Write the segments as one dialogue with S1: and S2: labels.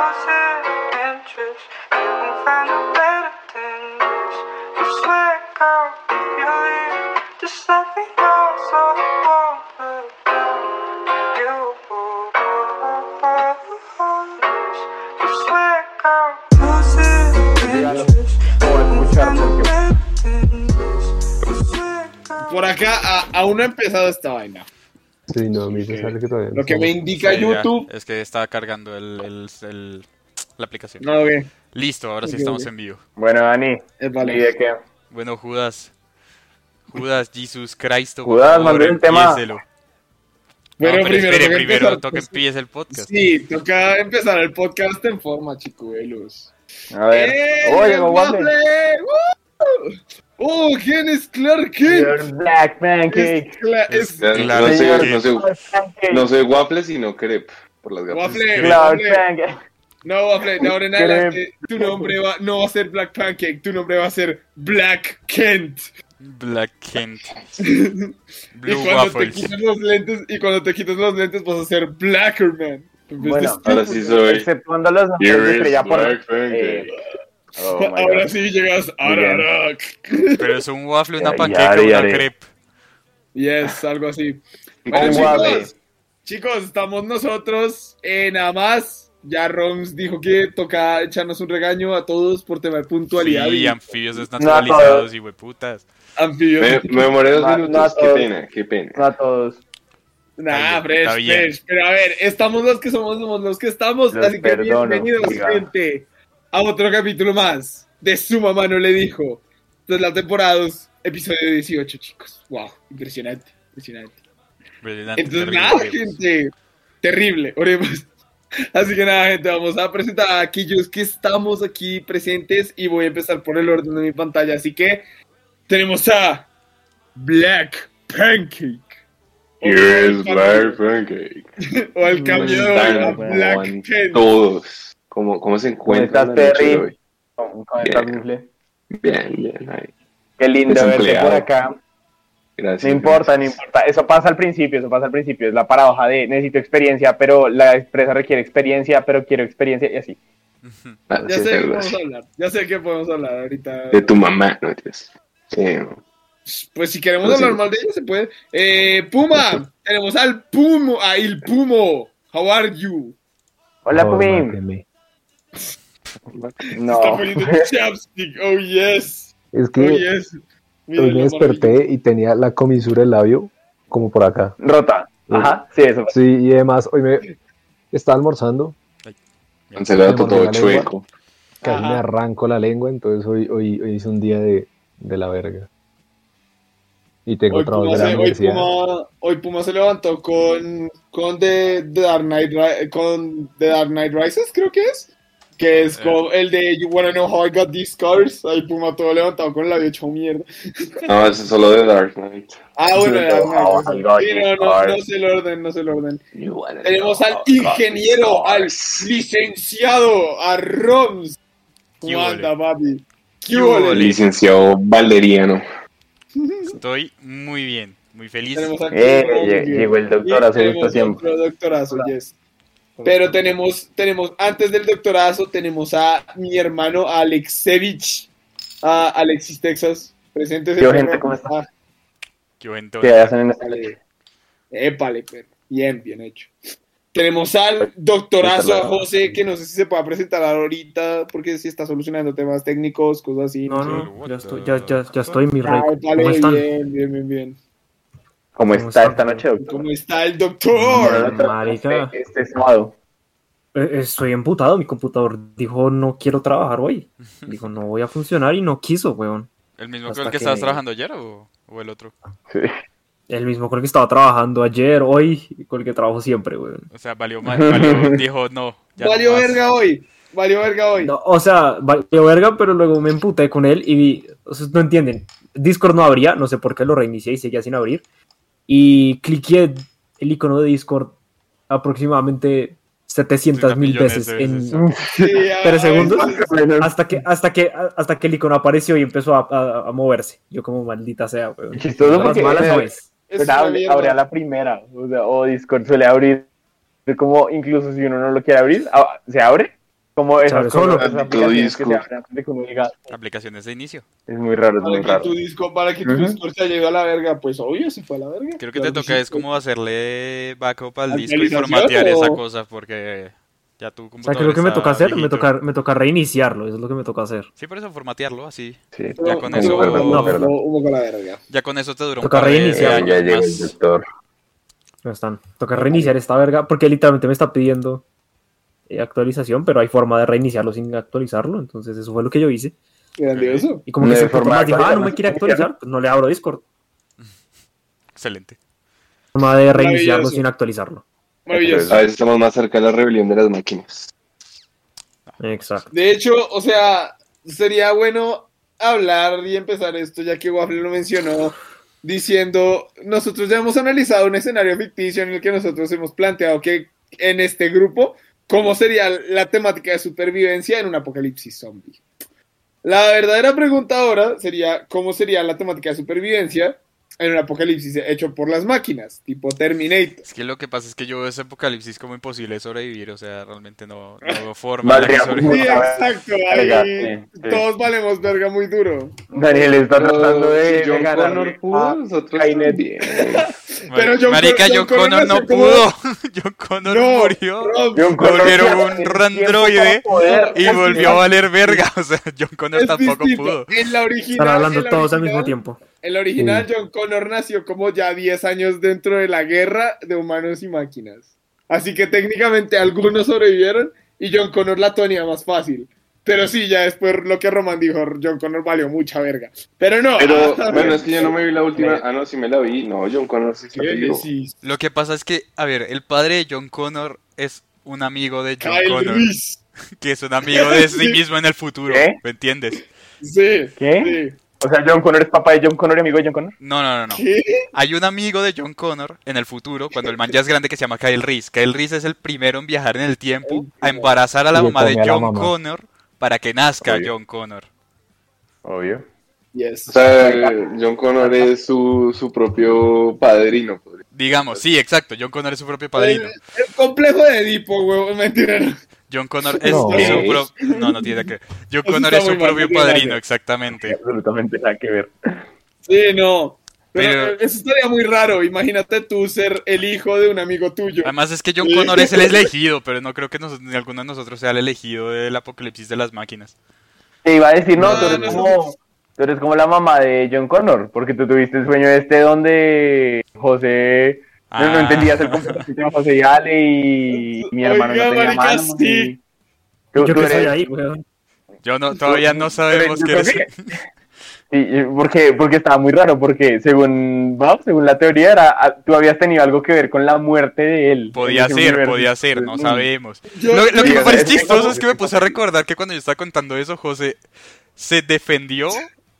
S1: Losing interest, you can find a better than this. You swear, girl, if you leave, just let me know so I won't look down. You, you swear, girl, losing interest, you can find a better than this. You swear, girl.
S2: Por acá a- aún no ha empezado esta vaina.
S3: Sí, no, a mí me sale que todavía no
S2: Lo que
S3: está.
S2: me indica
S4: Sí, ya.
S2: YouTube.
S4: Es que estaba cargando el, el- el- la aplicación.
S2: No, bien.
S4: Listo, ahora sí
S2: Ok,
S4: estamos
S2: ok.
S4: en vivo.
S5: Bueno, Dani,
S2: Es
S5: ¿y
S2: válido.
S5: de qué?
S4: Bueno, Judas. Judas, Jesus Cristo.
S5: Judas, mandé un tema.
S4: empiécelo. No,
S2: Bueno,
S4: pero
S2: primero,
S4: espere,
S2: toca
S4: primero
S2: empezar.
S4: toca empiece el podcast.
S2: Sí, toca empezar el podcast en forma, chicuelos.
S5: A ver.
S2: ¡Eh,
S5: Oye, con
S2: Waffle!
S5: waffle.
S2: ¡Uh! ¡Oh, quién es Clark Kent!
S5: Your black pancake.
S2: Es Cla- es-
S6: Ya,
S4: Claro
S6: no, sé,
S4: que-
S6: no, sé,
S5: Pancake.
S6: no sé waffle, sino crepe. Por las gafas.
S2: Waffle,
S5: Cloud
S2: Waffle.
S5: pancake.
S2: No, Waffle, de ahora en
S5: Crep.
S2: adelante, tu nombre va, no va a ser Black Pancake, tu nombre va a ser Black Kent.
S4: Black Kent.
S2: y
S4: Blue
S2: cuando te
S4: Waffles.
S2: quitas los lentes, y cuando te quitas los lentes vas a ser Blackerman. En vez de
S5: Bueno,
S2: Steve.
S6: Ahora sí soy.
S5: Exceptuando los nombres
S6: Here is
S5: estrella por.
S6: Black Pancake.
S5: Eh, oh my
S2: ahora
S5: God.
S2: sí llegas a
S5: Muy bien.
S2: Ararak.
S4: Pero es un waffle, una
S5: Ya,
S4: panqueca,
S5: ya, ya,
S4: una
S5: ya.
S4: crepe.
S2: Yes, algo así.
S6: Un
S2: Bueno,
S6: waffle.
S2: chicos, chicos, estamos nosotros en nada más. Ya Roms dijo que toca echarnos un regaño a todos por tema de puntualidad
S4: Sí,
S2: y
S4: anfibios desnaturalizados y hueputas.
S2: anfibios.
S6: Me, me demoré dos
S5: No,
S6: minutos.
S5: no,
S6: qué
S5: no.
S6: pena, qué pena.
S5: No a todos.
S2: Nah,
S4: Está bien,
S2: fresh,
S4: está bien.
S2: fresh. Pero a ver, estamos los que somos, somos los que estamos.
S5: Los
S2: así que
S5: perdono,
S2: bienvenidos,
S5: oiga.
S2: gente, a otro capítulo más de Su Mamá No Le Dijo. Entonces, la temporada 2, episodio 18, chicos. Wow, impresionante, impresionante.
S4: Brillante,
S2: Entonces,
S4: terrible,
S2: nada,
S4: horrible.
S2: gente. Terrible, oremos. Así que nada, gente, vamos a presentar a aquellos que estamos aquí presentes y voy a empezar por el orden de mi pantalla. Así que tenemos a Black Pancake.
S6: Here is
S2: O-
S6: Black Pancake.
S2: O al cambio de a
S5: Están
S2: Black
S6: Con
S2: Kent.
S6: todos. ¿Cómo, cómo se encuentran
S5: ¿Cómo estás,
S6: la noche de
S5: Terry?
S6: hoy?
S5: Con- con esta
S6: Bien.
S5: rifle.
S6: Bien, bien. ahí.
S5: Qué lindo verte
S6: Desempleado.
S5: por acá.
S6: Gracias.
S5: No importa, no importa. Eso pasa al principio, eso pasa al principio. Es la paradoja de necesito experiencia, pero la empresa requiere experiencia, pero quiero experiencia y así.
S6: Gracias,
S2: Ya sé de qué
S6: gracias.
S2: podemos hablar. Ya sé de qué podemos hablar ahorita.
S6: De tu mamá, no Dios. Eh,
S2: Pues si queremos
S6: Pero
S2: hablar
S6: sí.
S2: mal de ella, se puede. Eh, Puma, tenemos al Pumo, a Il Pumo. How are you?
S5: Hola,
S3: Oh,
S5: Pumim.
S3: máteme.
S5: No.
S2: Está poniendo un chapstick. Oh, yes.
S3: Es
S2: Oh,
S3: que
S2: yes. Mira
S3: hoy me
S2: la
S3: desperté y tenía la comisura del labio como por acá.
S5: Rota. Ajá. Sí, eso.
S3: Sí, y además hoy me estaba almorzando,
S6: cancelado
S3: Me mordió
S6: todo
S3: la
S6: chueco.
S3: casi
S2: Ajá.
S3: me arranco la lengua, entonces hoy, hoy, hoy es un día de, de la verga. Y tengo
S2: Hoy
S3: trabajo
S2: Puma,
S3: de la
S2: se, hoy,
S3: universidad.
S2: Puma, hoy Puma se levantó con, con The, The Dark Knight, Ri- con The Dark Knight Rises, creo que es. Que es
S4: Eh.
S2: como el de You Wanna Know How I Got These Scars. Ahí Puma todo levantado con el labio hecho mierda.
S6: No, es solo de Dark Knight.
S2: Ah, bueno, The Dark Knight
S5: How
S2: Rises.
S5: I Got
S2: Sí,
S5: These
S2: no, no, no
S5: Scars.
S2: sé el orden, no sé el orden.
S6: You wanna
S2: Tenemos
S6: know
S2: al
S6: how I got these
S2: ingeniero, al
S6: scars.
S2: licenciado, a Roms.
S4: ¿Qué
S2: ¿Cómo anda,
S4: ole?
S2: papi? ¿Qué
S4: ¿Qué
S2: ole?
S4: ole?
S6: Licenciado Valeriano.
S4: Estoy muy bien, muy feliz.
S2: Tenemos aquí
S5: Eh,
S2: a Roms,
S5: lle-
S2: bien.
S5: llegó el
S2: Y
S5: doctor hace gusto
S2: tenemos
S5: siempre.
S2: otro doctorazo, yes. Pero tenemos, tenemos, antes del doctorazo, tenemos a mi hermano Alexevich, a Alexis Texas. Presentes.
S5: Yo, gente, ¿cómo estás?
S2: Ah,
S4: Qué buen tono.
S5: Que hacen en esta
S2: Épale. Épale, perro. Bien, bien hecho. Tenemos
S5: Pues,
S2: al doctorazo a José, que no sé si se pueda presentar ahorita, porque si está solucionando temas técnicos, cosas así.
S7: No,
S2: sé.
S7: no, ya estoy, ya, ya, ya estoy, mi rey.
S2: Ah, épale,
S7: ¿Cómo están?
S2: bien, bien, bien, bien.
S5: ¿Cómo
S7: ¿Cómo
S5: está
S7: está?
S5: esta noche, doctor?
S2: ¿Cómo está el doctor?
S7: Marica.
S5: Este, este sábado.
S7: Eh, Estoy emputado, mi computador dijo no quiero trabajar hoy. Dijo no voy a funcionar y no quiso, weón.
S4: ¿El mismo que
S7: Hasta
S4: el que
S7: que-
S4: estabas trabajando ayer o, o el otro?
S5: Sí.
S7: El mismo con el que estaba trabajando ayer, hoy, y con el que trabajo siempre, weón.
S4: O sea, valió mal, valió, dijo no. ya no
S2: Valió
S4: más.
S2: verga hoy. Valió verga hoy.
S7: No, o sea, valió verga, pero luego me emputé con él y vi- o sea, no entienden. Discord no abría, no sé por qué lo reinicié y seguía sin abrir. Y cliqué el icono de Discord aproximadamente 700 mil
S4: 70 millones
S7: veces,
S4: de veces.
S7: en,
S2: Sí, ah, a-
S7: Pero
S2: a
S7: segundos.
S2: veces-
S7: Hasta que, hasta que, hasta que el icono apareció y empezó a, a- a moverse. Yo como maldita sea, weón.
S5: Chistoso
S7: Las
S5: porque
S7: malas
S5: eh,
S7: no es.
S2: es
S5: suele
S2: una
S5: abrir-
S2: mierda.
S5: abrir a la primera. O sea, o Discord suele abrir. Como incluso si uno no lo quiere abrir, a- se abre Como esas
S7: Sobre solo.
S5: cosas, esas
S6: Tu
S5: aplicaciones que
S6: disco.
S5: se abren antes de que uno diga,
S4: Aplicaciones de inicio.
S5: Es muy raro, es muy
S2: Para que
S5: raro.
S2: tu disco, para que tu
S5: Ujú.
S2: Discord se lleve a la verga, pues obvio se fue a la verga.
S4: Creo que te
S2: Claro
S4: toca
S2: sí.
S4: es como hacerle backup al disco y
S2: ¿Actualización
S4: formatear esa
S2: o-
S4: cosa porque ya tu
S7: O sea,
S4: computadora
S7: que lo que me
S4: está
S7: toca hacer, me
S4: viejito.
S7: toca, me toca reiniciarlo, eso es lo que me toca hacer.
S4: Sí, por eso formatearlo así.
S5: Sí.
S2: Pero-
S4: con
S2: pero-
S4: eso-
S2: no,
S7: No,
S2: pero
S5: perdón.
S2: un poco a la verga.
S4: Ya con eso te dura un
S7: Toca
S4: par de
S7: reiniciar.
S4: años
S6: ya llegó el
S4: más.
S6: doctor.
S7: No están. Toca reiniciar esta verga, porque literalmente me está pidiendo eh, actualización, pero hay forma de reiniciarlo sin actualizarlo, entonces eso fue lo que yo hice.
S2: Grandioso.
S7: Y como
S5: No
S7: que
S5: hay
S7: se
S5: forma de
S7: más dijo, ah, no me
S5: actualizarlo.
S7: quiere actualizar, pues no le abro Discord.
S4: Excelente.
S7: Forma de reiniciarlo
S2: Maravilloso.
S7: sin actualizarlo.
S2: Maravilloso.
S6: A veces estamos más cerca de la rebelión de las máquinas.
S7: Exacto.
S2: De hecho, o sea, sería bueno hablar y empezar esto, ya que Waffle lo mencionó, diciendo, nosotros ya hemos analizado un escenario ficticio en el que nosotros hemos planteado que en este grupo, ¿cómo sería la temática de supervivencia en un apocalipsis zombie? La verdadera pregunta ahora sería, ¿cómo sería la temática de supervivencia en un apocalipsis hecho por las máquinas, tipo Terminator?
S4: Es que lo que pasa es que yo veo ese apocalipsis como imposible de sobrevivir, o sea, realmente no, no veo forma de
S5: Valdría
S4: sobrevivir.
S2: Sí,
S5: Bueno, a ver,
S2: exacto,
S5: verga,
S2: ahí
S5: sí, sí.
S2: todos valemos verga muy duro.
S5: Daniel está tratando de,
S6: John
S5: de ganarle
S6: Connor pudo,
S5: a
S6: nosotros
S5: Skynet.
S6: también.
S2: Pero John Connor-
S4: Marica,
S2: John
S4: John Connor
S2: Connor
S4: no
S2: nació como-
S4: pudo. John Connor murió.
S2: Rob,
S5: John Connor
S4: Porque era
S5: tiene
S4: un
S5: tiempo
S4: androide
S5: para poder
S4: Y volvió a valer verga. O sea, John Connor
S2: es
S4: tampoco
S2: distinto.
S4: pudo.
S2: En la original.
S7: Están hablando
S2: en la
S7: todos al mismo
S2: original-
S7: tiempo.
S2: En la original, John Connor nació como ya 10 años dentro de la guerra de humanos y máquinas. Así que técnicamente algunos sobrevivieron y John Connor la tenía más fácil. Pero sí, ya después lo que Roman dijo, John Connor valió mucha verga. Pero no.
S6: Pero bueno, es que yo no me vi la última. Ah, no, sí me la vi. No, John Connor sí está
S2: Sí,
S6: vivo.
S2: sí.
S4: Lo que pasa es que, a ver, el padre de John Connor es un amigo de John
S2: Kyle
S4: Connor,
S2: Reese.
S4: que es un amigo de sí
S2: Sí.
S4: mismo en el futuro,
S5: ¿Qué?
S4: ¿me entiendes?
S2: Sí.
S5: ¿Qué? O sea, John Connor es papá de John Connor y amigo de John Connor.
S4: No, no, no,
S2: sí.
S4: no.
S2: ¿Qué?
S4: Hay un amigo de John Connor en el futuro, cuando el man ya es grande, que se llama Kyle Reese. Kyle Reese es el primero en viajar en el tiempo a embarazar a la
S3: Y le
S4: mamá de
S3: come a la
S4: John
S3: mamá.
S4: Connor para que nazca
S6: Obvio.
S4: John Connor.
S5: Obvio.
S2: Yes.
S6: O sea, John Connor es su, su propio padrino. podría
S4: Digamos, sí, exacto, John Connor es su propio padrino.
S2: El, el complejo de Edipo, huevón, mentira. no.
S4: John Connor es
S3: No.
S4: su propio... No, no tiene nada que ver. John
S2: Eso
S4: Connor
S2: está
S4: es su
S2: muy mal,
S4: propio
S2: no tiene nada que
S4: padrino,
S2: ver.
S4: exactamente.
S5: Absolutamente nada que ver.
S2: Sí, no. Pero,
S4: Pero-
S2: eh, eso estaría muy raro. Imagínate tú ser el hijo de un amigo tuyo.
S4: Además es que John
S2: Sí.
S4: Connor es el elegido, pero no creo que nos- ni alguno de nosotros sea el elegido del apocalipsis de las máquinas.
S5: Te iba a decir, no,
S2: No,
S5: tú, eres
S2: no,
S5: como, tú eres como la mamá de John Connor, porque tú tuviste el sueño este donde José... No, no
S4: Ah.
S5: entendías el comportamiento de José y Ale y mi hermano
S2: Oiga,
S5: no tenía
S2: marica,
S5: manos.
S2: sí.
S5: y- Tú,
S7: Yo
S5: tú
S7: que soy
S5: eres-
S7: ahí, weón.
S4: Yo no, todavía no sabemos
S5: Yo
S4: que
S5: creo
S4: eres...
S5: que- Sí, y porque, porque estaba muy raro, porque según, Bob, según la teoría, era, ah, tú habías tenido algo que ver con la muerte de él.
S4: Podía
S5: En ese
S4: ser,
S5: universo.
S4: podía ser, no
S5: Mm.
S4: sabemos.
S2: Yo-
S4: Lo, lo que me
S5: Digo,
S4: parece
S5: es que-
S4: chistoso es que me puse a recordar que cuando yo estaba contando eso, José se defendió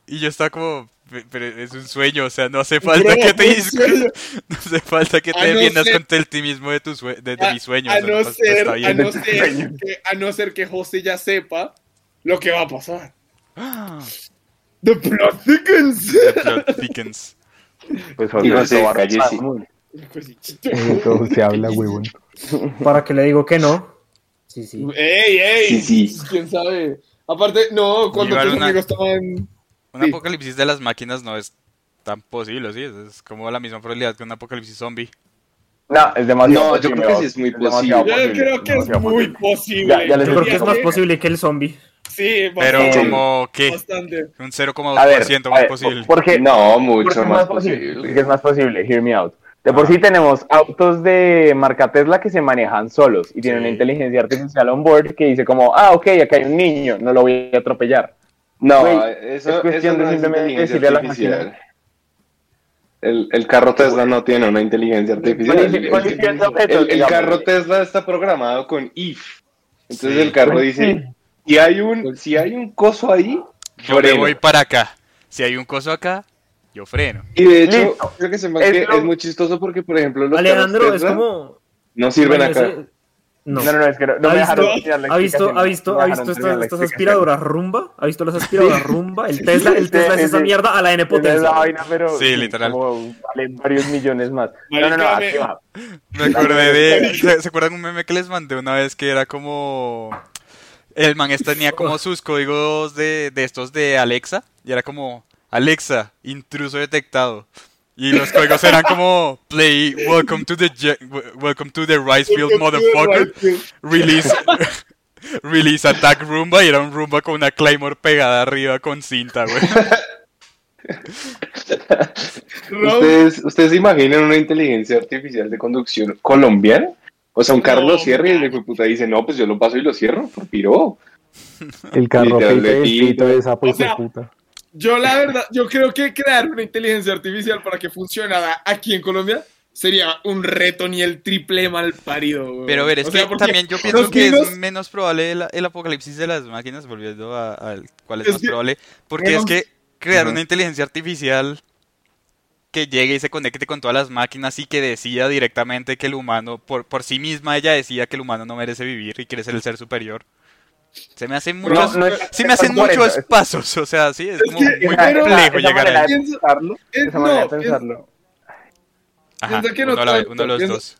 S4: y yo estaba como... "Pe- Pero es un sueño, o sea, no hace falta
S2: Bro,
S4: que te
S2: un
S4: dis-
S2: sueño.
S4: no hace falta que
S2: A
S4: te
S2: no
S4: defiendas
S2: ser-
S4: contra el ti mismo de, tu sue- de, de
S2: A-
S4: mis sueños.
S2: A
S4: o sea, pues,
S2: no
S4: está- está
S2: ser, a
S4: bien.
S2: no ser
S5: Sueño.
S2: que, a no ser que José ya sepa lo que va a pasar. The plot thickens.
S4: The plot thickens.
S5: Pues José,
S6: Y José,
S5: robaron
S6: calle,
S5: más,
S6: sí.
S5: muy.
S3: Eso se habla, huevón.
S7: ¿Para que le digo que no? Sí, sí.
S2: Ey, ey.
S6: Sí, sí.
S2: ¿Quién sabe? Aparte, no, cuando
S4: Llevar
S2: tus
S4: una-
S2: amigos toman...
S4: Un
S2: Sí.
S4: apocalipsis de las máquinas no es tan posible, sí. Es, es como la misma probabilidad que un apocalipsis zombie.
S5: No, es
S6: No,
S5: demasiado
S6: yo
S5: posible,
S6: creo que
S5: Bob.
S6: sí es muy
S5: demasiado
S2: Yo
S6: posible.
S2: creo que es
S5: demasiado
S2: muy
S5: posible.
S2: posible.
S5: Ya- ya les
S7: Yo
S2: Yo
S7: creo
S5: digo
S7: que es más posible que el zombie.
S2: Sí,
S4: Pero
S2: bastante,
S4: como que
S2: bastante.
S4: un
S5: A ver,
S4: 0,2%
S5: a
S4: más
S5: ver,
S4: posible.
S5: Porque,
S6: No,
S5: ¿Por qué
S6: mucho
S5: es
S6: más
S5: Porque
S6: posible. Ah.
S5: es más posible, hear me out. De por sí tenemos autos de marca Tesla que se manejan solos y tienen
S4: Sí.
S5: una inteligencia artificial on board que dice como, ah, ok, acá hay un niño, no lo voy a atropellar.
S6: No,
S5: Güey,
S6: eso
S5: es cuestión
S6: eso no
S5: de simplemente
S6: inteligencia
S5: decirle a la
S6: artificial.
S5: máquina.
S6: El, el carro Tesla no tiene una inteligencia artificial.
S5: Bueno,
S6: El-
S5: bueno,
S6: el-
S5: piensa objetos,
S6: el, el
S5: digamos.
S6: carro Tesla está programado con if. Entonces
S4: Sí.
S6: el carro
S5: Pues
S6: dice, si hay un, si hay un coso ahí,
S4: Yo me
S6: freno".
S4: voy para acá. Si hay un coso acá, yo freno.
S6: Y de hecho,
S5: Listo.
S6: creo que se me
S5: Es
S6: que
S5: lo-
S6: es muy chistoso porque, por ejemplo, los
S7: Alejandro
S6: carros
S7: es
S6: Tesla
S7: como.
S6: no sirven
S7: Bueno,
S6: acá.
S7: ese- No.
S5: No, no, no, es que no, no
S7: ¿Ha
S5: me
S7: visto-
S5: dejaron terminar la
S7: ¿Ha visto,
S5: explicación.
S7: ha visto,
S5: No me
S7: ha
S5: dejaron
S7: visto estas,
S5: terminar la
S7: estas
S5: explicación.
S7: aspiradoras rumba? ¿Ha visto las aspiradoras rumba? El Tesla, el
S5: Sí,
S7: Tesla es
S5: sí,
S7: esa
S5: sí.
S7: mierda a la N
S5: Es la
S7: potencia.
S5: vaina, pero
S4: Sí, literal.
S5: como vale varios millones más. No, no, no,
S2: Marica, me-
S5: aquí va.
S4: Me acordé de. ¿Se, se acuerdan un meme que les mandé una vez que era como. el man este tenía como sus códigos de, de estos de Alexa. Y era como, Alexa, intruso detectado. Y los códigos eran como, play, welcome to the, je- welcome to the rice field, motherfucker. Release, release attack Roomba. Y era un Roomba con una Claymore pegada arriba con cinta, güey.
S6: ¿Ustedes, ¿Ustedes se imaginan una inteligencia artificial de conducción colombiana? O sea, un carro lo cierra y el hijo de puta dice, no, pues yo lo paso y lo cierro, por piro.
S3: El carro
S6: Literal,
S3: pito, el
S6: pito.
S3: pito de sapo
S2: O
S3: y de
S2: sea,
S3: puta.
S2: Yo la verdad, yo creo que crear una inteligencia artificial para que funcionara aquí en Colombia sería un reto ni el triple mal parido. güey.
S4: Pero a ver, es
S2: O sea,
S4: que
S2: porque
S4: también yo pienso
S2: los
S4: que
S2: gringos-
S4: es menos probable el, el apocalipsis de las máquinas, volviendo a- al cuál es,
S2: Es
S4: más
S2: que-
S4: probable, porque
S2: Menos-
S4: es que crear
S6: Ajá.
S4: una inteligencia artificial que llegue y se conecte con todas las máquinas y que decida directamente que el humano, por, por sí misma ella decía que el humano no merece vivir y quiere ser el ser superior. Se me hacen
S5: No,
S4: muchos,
S5: no es-
S4: sí me hacen
S5: es por
S4: muchos
S5: eso, es-
S4: pasos, o sea, sí, es como
S2: que-
S4: muy
S2: esa- esa-
S4: complejo llegar
S5: manera
S4: a
S5: de
S2: eso.
S5: pensarlo,
S2: Es-
S5: esa manera
S2: eh,
S5: de
S2: no, es-
S5: pensarlo.
S4: Ajá,
S2: piensa que no
S4: uno, a la vez-
S2: tanto,
S4: uno de los
S2: piensa-
S4: dos.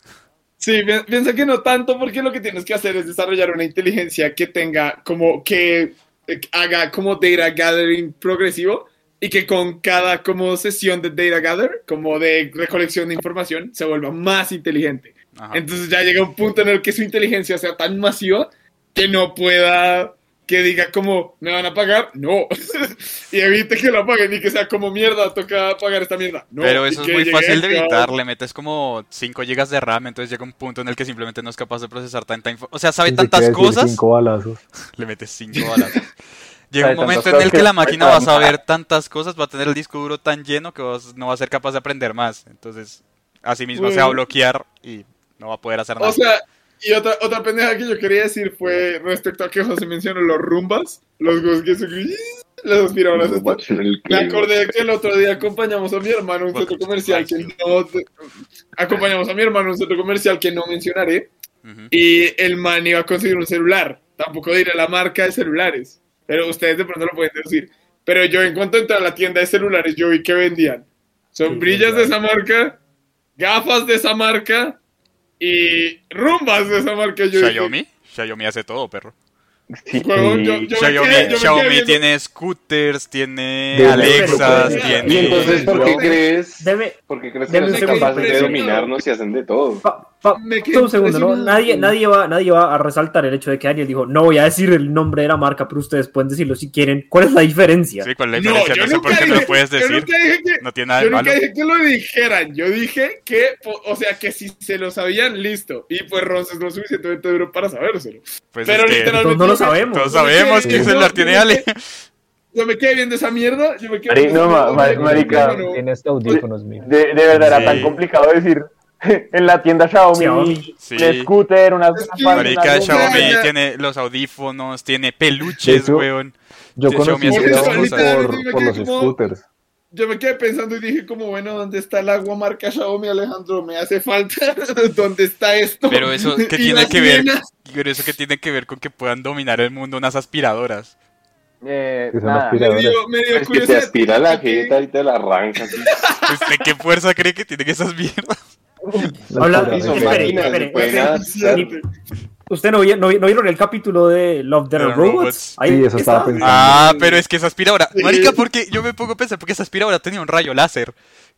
S2: Sí, pi- piensa que no tanto porque lo que tienes que hacer es desarrollar una inteligencia que tenga como que eh, haga como data gathering progresivo y que con cada como sesión de data gather, como de recolección de información, se vuelva más inteligente.
S4: Ajá.
S2: Entonces ya llega un punto en el que su inteligencia sea tan masiva que no pueda que diga como me van a pagar, no. y evite que lo paguen y que sea como mierda, toca pagar esta mierda. No.
S4: Pero
S2: Y
S4: eso es
S2: que
S4: muy
S2: llegue
S4: fácil de
S2: acá.
S4: evitar, le metes como 5 GB de RAM, entonces llega un punto en el que simplemente no es capaz de procesar tanta información. O sea, sabe
S3: Ni
S4: tantas
S3: siquiera decir
S4: cosas,
S3: Cinco balazos.
S4: le metes 5 balas. Llega
S5: Sabe
S4: un momento
S5: tantas
S4: en el
S5: cosas
S4: que
S5: que
S4: la
S5: no sabe
S4: máquina va a
S5: nada.
S4: saber tantas cosas, va a tener el disco duro tan lleno que vas- no va a ser capaz de aprender más. Entonces, así mismo se va a
S2: Bueno.
S4: bloquear y no va a poder hacer nada.
S2: O sea, y otra, otra pendeja que yo quería decir fue respecto a que José mencionó los rumbas, los gusgues, las aspiradoras. estas. Me acordé que el otro día acompañamos a mi hermano a un centro comercial que no. Acompañamos a mi hermano a un centro comercial que no mencionaré.
S4: Ujú.
S2: Y el man iba a conseguir un celular. Tampoco diré la marca de celulares. Pero ustedes de pronto lo pueden deducir. Pero yo, en cuanto entré a la tienda de celulares, yo vi que vendían sombrillas de esa marca, gafas de esa marca y rumbas de esa marca. Yo dije,
S4: Xiaomi, Xiaomi hace todo, perro.
S5: Sí,
S2: huevón, yo-
S5: sí.
S2: yo me
S4: Xiaomi,
S2: quedé- yo me
S4: Xiaomi
S2: quedé viendo-
S4: tiene scooters, tiene
S3: Debe-
S4: Alexas,
S2: Pero-
S4: tiene...
S6: Y entonces, ¿por qué
S5: Bro.
S6: crees,
S7: Deme,
S6: por qué crees que no
S7: Deme un
S6: son
S2: segundo,
S6: capaces de
S2: impresionado.
S6: dominarnos y hacen de todo?
S7: pa- pa-
S2: Me quedé
S7: solo un segundo, ¿no?
S2: impresionado.
S7: Nadie, nadie, va, nadie va a resaltar el hecho de que Daniel dijo, no voy a decir el nombre de la marca, pero ustedes pueden decirlo si quieren. ¿Cuál es la diferencia?
S4: Sí, ¿cuál es la
S2: No,
S4: diferencia?
S2: yo
S4: No, sé por
S2: nunca
S4: qué no
S2: dije-
S4: lo puedes
S2: Yo
S4: decir.
S2: nunca dije que,
S4: No tiene nada de
S2: yo nunca
S4: malo.
S2: dije que lo dijeran. Yo dije que, po- o sea, que si se lo sabían, listo. Y pues Ronces es lo suficientemente duro para sabérselo.
S4: Pues
S2: Pero
S4: es que
S2: literal-
S7: Entonces no lo sabemos.
S4: todos sabemos
S2: Sí.
S4: que es el
S2: No,
S4: tiene
S2: no,
S4: Ale.
S2: Yo me quedé viendo esa mierda. Yo me quedé
S5: Mari-
S2: viendo
S5: no,
S2: esa
S5: ma- ma-
S2: mierda,
S5: marica,
S2: no.
S3: Tiene este hasta audífonos, mira.
S5: De, de verdad era
S4: Sí.
S5: tan complicado decir en la tienda Xiaomi,
S7: Xiaomi.
S4: Sí.
S5: el scooter, unas
S2: Es que-
S5: unas-
S4: Marica,
S5: unas-
S4: Xiaomi
S2: ya, ya.
S4: tiene los audífonos, tiene peluches,
S3: Eso-
S4: weón.
S3: Yo
S4: Sí,
S3: conocí
S4: Xiaomi
S3: a
S4: hace
S3: Leo
S4: cosas.
S3: por, por los
S2: Literalmente como-
S3: scooters.
S2: Yo me quedé pensando y dije como, bueno, ¿dónde está el agua marca Xiaomi, Alejandro? Me hace falta. ¿Dónde está esto?
S4: Pero eso que
S2: Y
S4: tiene
S2: las
S4: que ver,
S2: nenas.
S4: pero eso que tiene que ver con que puedan dominar el mundo unas aspiradoras.
S5: eh,
S3: Que son
S5: nada.
S2: Me
S3: aspiradoras.
S2: dio, me dio
S6: Es que te
S2: curiosidad.
S6: aspira la jeta y te la arranca.
S4: ¿Usted Pues, qué fuerza cree que tienen esas mierdas?
S3: Las
S7: Habla-
S6: Y
S3: aspiradoras.
S6: son
S7: Espere,
S6: máquinas,
S7: espere,
S6: pueden
S7: espere.
S6: adaptarse.
S7: ¿Usted no, vi- no, vi- no vieron el capítulo de Love, Death
S4: Pero
S7: and Robots?
S4: robots.
S3: Sí, eso estaba
S7: está.
S3: pensando.
S4: Ah, pero es que esa aspiradora,
S2: Sí.
S4: marica, porque yo me pongo a pensar porque esa aspiradora tenía un rayo láser.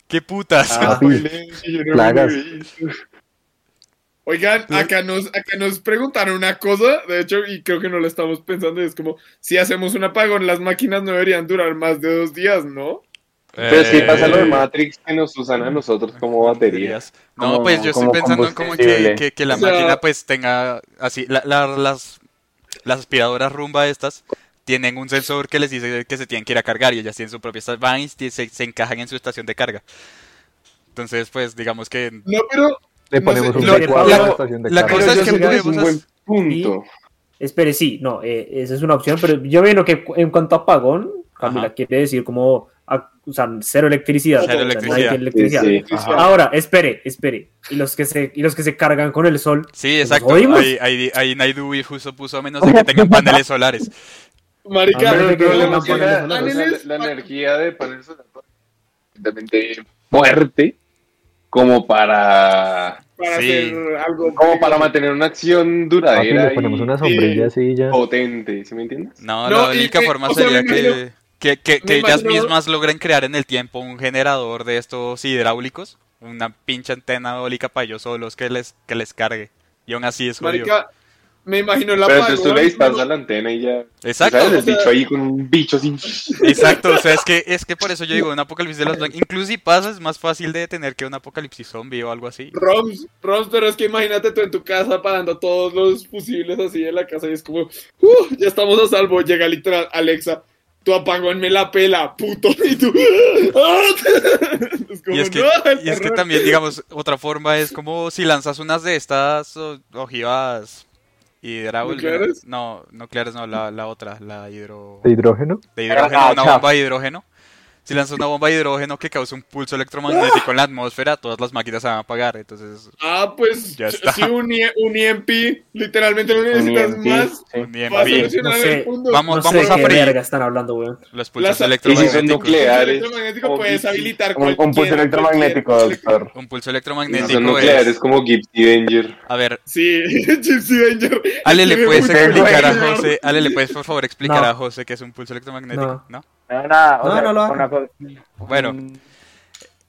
S4: Qué putas.
S2: Ah,
S3: Papi, plagas.
S2: Oigan, acá nos, acá nos preguntaron una cosa, de hecho, y creo que no lo estamos pensando, y es como, si hacemos un apagón, las máquinas no deberían durar más de dos días, ¿no?
S6: Pero es que pues pasa lo de
S4: Eh,
S6: Matrix que nos usan a nosotros como baterías.
S4: No,
S5: Como-
S4: pues yo estoy
S5: como
S4: pensando en como que,
S5: combustible.
S4: que, que la
S2: O sea-
S4: máquina pues tenga así, la- la- las, las aspiradoras rumba estas tienen un sensor que les dice que se tienen que ir a cargar y ellas tienen su propia estas van y se, se encajan en su estación de carga. Entonces, pues digamos que...
S2: No, pero
S3: Le
S2: no
S3: ponemos
S2: sé,
S3: un
S2: lo-
S3: recuadro
S4: la-
S3: a la estación de
S4: la
S3: carga.
S6: Pero
S4: cosa es
S6: yo
S4: que
S6: siento que es un buen
S4: podemos
S6: punto.
S7: Espere, sí, no, eh, esa es una opción, pero yo veo que cu- en cuanto a apagón, Camila
S4: Ajá.
S7: quiere decir como a- o sea, cero electricidad.
S4: Cero
S7: o sea, nadie
S4: electricidad.
S6: Sí,
S7: tiene electricidad.
S6: sí.
S7: Ahora, espere, espere. Y los que se, y los que se cargan con el sol.
S4: Sí, exacto.
S7: jodimos.
S4: Ahí, ahí, ahí Naidu y justo puso a menos de que tengan paneles solares.
S2: marica,
S7: Ah,
S2: el
S7: pero que
S2: problema
S7: no
S2: es que
S7: ponen
S2: la-
S7: los
S6: la,
S2: paneles-
S6: la energía de paneles solares es suficientemente fuerte como para
S2: para
S4: Sí.
S2: hacer algo.
S6: Como para mantener una acción
S3: Papi,
S6: duradera
S3: le ponemos
S6: y
S3: una sombrilla así y ya.
S6: potente, ¿sí me entiendes?
S4: No,
S2: No,
S4: la
S2: y
S4: única
S2: que-
S4: forma
S2: o sea,
S4: sería
S2: me
S4: que,
S2: imagino-
S4: que, que- que
S2: me
S4: ellas
S2: imagino-
S4: mismas logren crear en el tiempo un generador de estos hidráulicos, una pinche antena eólica para ellos solos que les, que les cargue. Y aún así es jodido.
S2: Marica, me imagino la
S6: Pero
S2: pago,
S6: entonces tú le
S2: ¿no?
S6: disparas a la antena y ya.
S4: Exacto.
S6: ¿Sabes? El
S2: o sea-
S6: bicho ahí con un bicho así.
S4: Exacto, o sea, es que, es que por eso yo digo, un apocalipsis de los blancos, incluso si pasa, es más fácil de detener que un apocalipsis zombie o algo así.
S2: Roms, Roms, pero es que imagínate tú en tu casa parando todos los fusibles así en la casa y es como, "Uh, ya estamos a salvo. Llega literal Alexa, tu apagón me la pela, puto. Y tú, "Ah". es como,
S4: Y es que,
S2: "No, el
S4: y es que
S2: terror".
S4: también, digamos, otra forma es como si lanzas unas de estas o- ojivas hidráulicas.
S2: ¿Nucleares?
S4: No, nucleares no, la, la otra, la hidro...
S3: ¿De hidrógeno?
S4: de hidrógeno,
S5: Ah,
S4: una
S5: chao.
S4: bomba de hidrógeno. Si lanzas una bomba de hidrógeno que causa un pulso electromagnético en la atmósfera, todas las máquinas se van a apagar. Entonces,
S2: Ah, pues
S4: Ya está.
S2: si un, E- un EMP literalmente no
S5: Un E
S2: necesitas
S5: EMP,
S2: más
S5: sí.
S4: un EMP,
S2: para solucionar
S7: No sé,
S2: el mundo.
S4: vamos-
S7: No sé
S4: a
S7: qué
S4: freír.
S7: verga están hablando, weón.
S4: los pulsos
S2: Las-
S6: Y si
S4: electromagnéticos.
S6: son
S2: El
S6: nucleares.
S2: electromagnético
S6: o
S2: puedes
S6: Gibbs-
S2: habilitar
S5: Un, un pulso
S2: cualquier-
S5: electromagnético,
S2: cualquier-
S5: doctor.
S4: Un pulso
S6: y si
S4: electromagnético
S6: son
S4: es-
S6: nucleares como Gypsy Danger.
S4: A ver,
S2: Sí, Gypsy Danger.
S4: Ale, ¿le puedes
S5: Ustedes no
S4: explicar a
S5: saben.
S4: José? Ale, ¿le puedes por favor explicar
S7: No.
S4: a José qué es un pulso electromagnético? ¿No?
S5: No, nada, o
S7: No,
S5: sea,
S7: no lo hagan.
S5: una cosa-
S4: Bueno,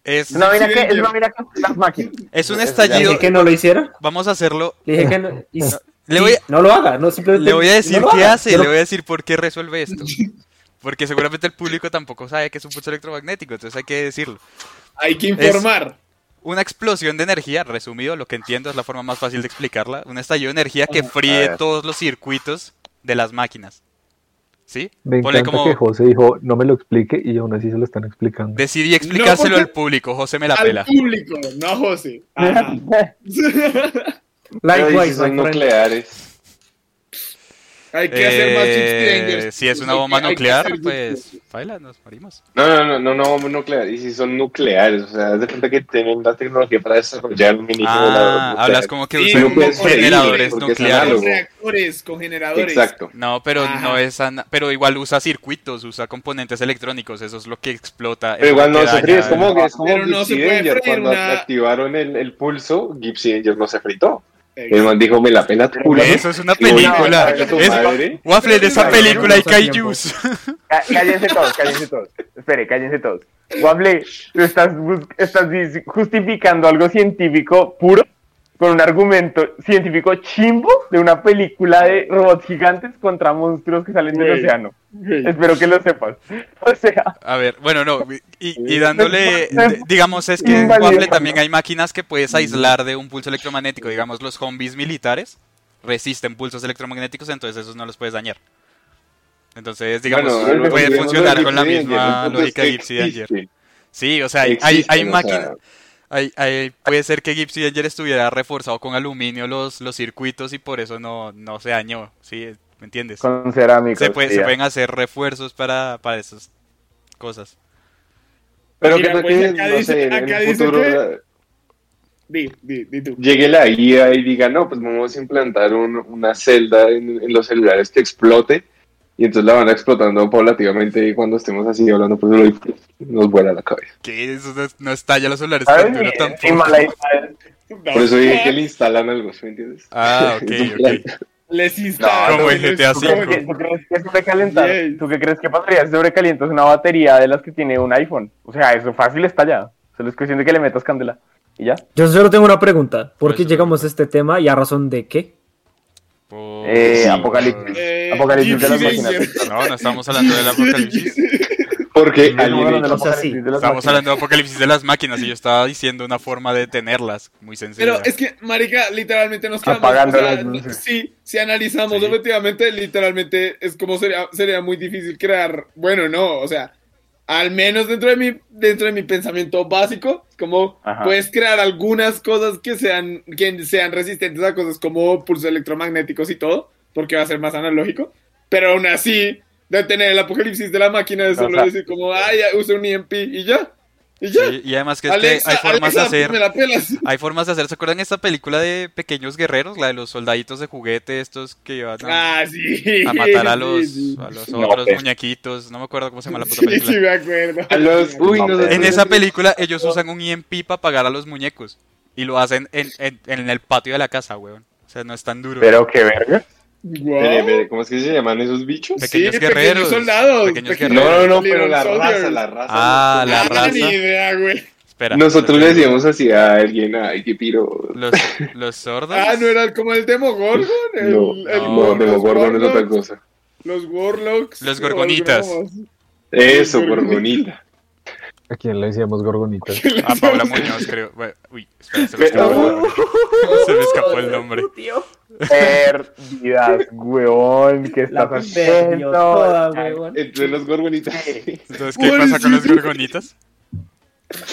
S4: es,
S5: Es una vaina
S2: Sí,
S5: que, es
S2: yo-
S5: una vaina que son las máquinas.
S4: es un
S5: Eso ya
S7: Le
S4: estallido.
S7: dije que no lo hiciera.
S4: Vamos a hacerlo.
S7: Le dije que no. y-
S4: Le
S7: sí,
S4: voy, a-
S7: No lo haga, no simplemente.
S4: Le voy a decir
S7: no lo
S4: qué
S7: haga.
S4: hace,
S7: Yo
S4: le
S7: no-
S4: voy a decir por qué resuelve esto. Porque seguramente el público tampoco sabe que es un pulso electromagnético, entonces hay que decirlo.
S2: Hay que informar.
S4: Una explosión de energía, resumido, lo que entiendo es la forma más fácil de explicarla. Un estallido de energía que fríe
S6: ver.
S4: todos los circuitos de las máquinas. ¿Sí?
S3: Me
S4: Ponle
S3: encanta
S4: como
S3: que José dijo, no me lo explique y aún así se lo están explicando.
S4: decidí explicárselo
S2: porque-
S4: al público, José me la
S2: Al
S4: pela.
S2: público, no a José. Ajá.
S6: Pero y si
S7: Likewise,
S6: son
S7: my friend.
S6: nucleares.
S2: Hay que hacer más
S4: Eh,
S2: Gypsy Dangers.
S4: si es una
S2: Hay que-
S4: bomba
S2: hay que
S4: nuclear,
S2: hacer Gypsy
S4: pues
S2: Dangers.
S4: baila, nos morimos.
S6: No, no, no, no, no, bomba nuclear. Y si son nucleares, o sea, haz de cuenta que tienen la tecnología para desarrollar un mini
S4: Ah, hablas como que
S2: Sí,
S4: usan
S2: no puedes freír,
S4: generadores
S6: porque es
S4: nucleares.
S2: Con
S6: análogo.
S2: reactores, con generadores.
S6: Exacto.
S4: No, pero
S2: Ajá.
S4: no es ana- pero igual usa circuitos, usa componentes electrónicos, eso es lo que explota.
S6: Pero
S4: eso
S6: igual
S4: es lo
S6: no
S4: que
S6: se fríe,
S4: daña
S6: es como,
S4: el-
S6: es como
S2: Pero no se
S6: Gypsy
S2: puede
S6: Danger.
S2: freír
S6: Cuando
S2: una-
S6: activaron el, el pulso, Gypsy Danger no se fritó. El
S2: Exacto.
S6: man dijo, me la pena tu culo.
S4: Eso es una
S6: Y voy a
S4: película.
S6: matar a tu
S4: Es-
S6: madre.
S4: Waffle, en esa
S2: Pero
S4: película hay
S7: no pasa tiempo.
S4: kaijus.
S5: Cá- Cállense todos, cállense todos. Espere, cállense todos. Wable, tú estás, bus- estás dis- justificando algo científico puro con un argumento científico chimbo de una película de robots gigantes contra monstruos que salen del
S2: Güey.
S5: océano. Espero que lo sepas. O sea,
S4: A ver, bueno, no, y, y dándole,
S5: Pero-
S4: de- digamos, es que en
S5: Inválido.
S4: Waffle también hay máquinas que puedes aislar de un pulso electromagnético, digamos, los zombies militares resisten pulsos electromagnéticos, entonces esos no los puedes dañar. Entonces, digamos,
S6: Bueno, lo que
S4: puede
S6: digamos
S4: funcionar
S6: de
S4: con la
S6: Gypsy Danger,
S4: misma
S6: el punto
S4: lógica
S6: es que
S4: de Gypsy Danger.
S6: existe,
S4: Sí, o sea, hay, hay, hay
S6: existen, o sea,
S4: máquinas... Ahí- ahí puede ser que Gypsy Danger estuviera reforzado con aluminio los, los circuitos y por eso no, no se dañó, ¿sí? ¿Me entiendes?
S5: con cerámicos.
S4: Se, puede- se
S5: tía.
S4: pueden hacer refuerzos para, para esas cosas.
S6: Pero
S2: Mira,
S6: que no
S2: pues,
S6: que,
S2: acá
S6: no
S2: dice-
S6: sé, en
S2: acá
S6: el
S2: dice
S6: futuro
S2: que-
S6: la-
S2: Di, di, di tú.
S6: llegue la IA y diga, no, pues vamos a implantar un- una celda en, en los celulares que explote. Y entonces la van explotando paulativamente y cuando estemos así hablando, pues lo- nos vuela la cabeza.
S4: Que eso no, no estalla los celulares
S5: ¿Sabes?
S4: tan duro
S5: Y- y
S4: tampoco.
S5: mala idea.
S6: Por eso dije que le instalan algo, ¿sí me entiendes?
S4: Ah, ok,
S6: Es un plan.
S4: ok.
S2: Les instalan.
S4: No, como en
S2: les-
S4: GTA
S5: ¿Tú crees
S4: cinco.
S5: que- tú crees que sobrecalentar?
S2: Yes.
S5: ¿Tú qué crees que pasaría si sobrecalientas una batería de las que tiene un iPhone? O sea, eso fácil está ya. Solo es cuestión de que le metas candela. Y ya.
S7: Yo solo tengo una pregunta. ¿Por
S4: Pues,
S7: qué
S4: no,
S7: llegamos
S4: no.
S7: a este tema y a razón de qué?
S4: Por-
S5: Eh,
S6: Sí.
S5: Apocalipsis.
S2: Eh,
S5: Apocalipsis de las
S2: Gypsy Danger.
S5: máquinas.
S4: No, no estamos hablando del apocalipsis.
S6: Porque
S5: No, no, no,
S6: alguien
S5: del
S7: O sea, sí.
S5: apocalipsis de las
S4: Estamos
S5: máquinas.
S4: hablando del apocalipsis de las máquinas y yo estaba diciendo una forma de tenerlas muy sencilla.
S2: Pero es que, marica, literalmente nos quedamos...
S5: Apagando
S2: o sea,
S5: las luces.
S2: Sí, si analizamos
S4: Sí.
S2: objetivamente, literalmente es como sería, sería muy difícil crear... Bueno, no, o sea, al menos dentro de mi, dentro de mi pensamiento básico, es como
S5: Ajá.
S2: puedes crear algunas cosas que sean, que sean resistentes a cosas como pulsos electromagnéticos y todo, porque va a ser más analógico, pero aún así, detener el apocalipsis de la máquina es
S5: O
S2: solo
S5: sea-
S2: decir como, ay, usa un EMP y ya, y ya.
S4: Sí, y además que es que
S2: Alexa,
S4: hay formas de
S2: Alexa,
S4: hacer...
S2: me la pelas.
S4: Hay formas de hacer, ¿se acuerdan esta película de Pequeños Guerreros? La de los soldaditos de juguete, estos que iban a,
S2: Ah, sí.
S4: a matar a
S2: sí,
S4: los,
S2: sí.
S4: a los
S6: No,
S4: otros
S6: pues.
S4: muñequitos, no me acuerdo cómo se llama la puta
S2: Sí, sí,
S4: película.
S2: me acuerdo.
S6: a los... Uy, no,
S4: E En esa película ellos usan un EMP para pagar a los muñecos. Y lo hacen en, en- en el patio de la casa, weón. O sea, no es tan duro.
S5: Pero qué verga.
S2: Guau.
S6: Espere, espere, ¿Cómo es que se llaman esos bichos?
S4: Pequeños
S2: sí,
S4: guerreros,
S2: pequeños soldados,
S4: pequeños
S2: pequeños-
S6: No,
S4: guerreros.
S6: no, no, pero
S2: Little
S6: la
S2: Soldiers.
S6: raza, la raza.
S4: Ah, la
S2: Ah,
S4: raza.
S2: Ni idea, güey.
S4: Espera.
S6: Nosotros le decíamos así a alguien, ay, qué piro.
S4: Los, los sordos.
S2: Ah, no era como el Demogorgon. El,
S6: No,
S2: el-
S6: no,
S2: los
S6: Demogorgon es otra cosa.
S2: Los Warlocks.
S4: Los gorgonitas.
S2: o algo más.
S6: Eso,
S2: Gorgonita.
S6: por bonita.
S3: ¿A quién le decíamos gorgonita?
S4: A Paula Muñoz, creo. Bueno, uy, espera, se me
S6: Pero-
S4: escapó. el nombre. Se me escapó el nombre.
S7: Tío.
S5: Pérdidas, weón, ¿qué
S7: La
S5: estás
S7: perdió
S5: haciendo?
S7: toda, weón.
S6: Entre los gorgonitas.
S4: Entonces, ¿qué pasa con los gorgonitas?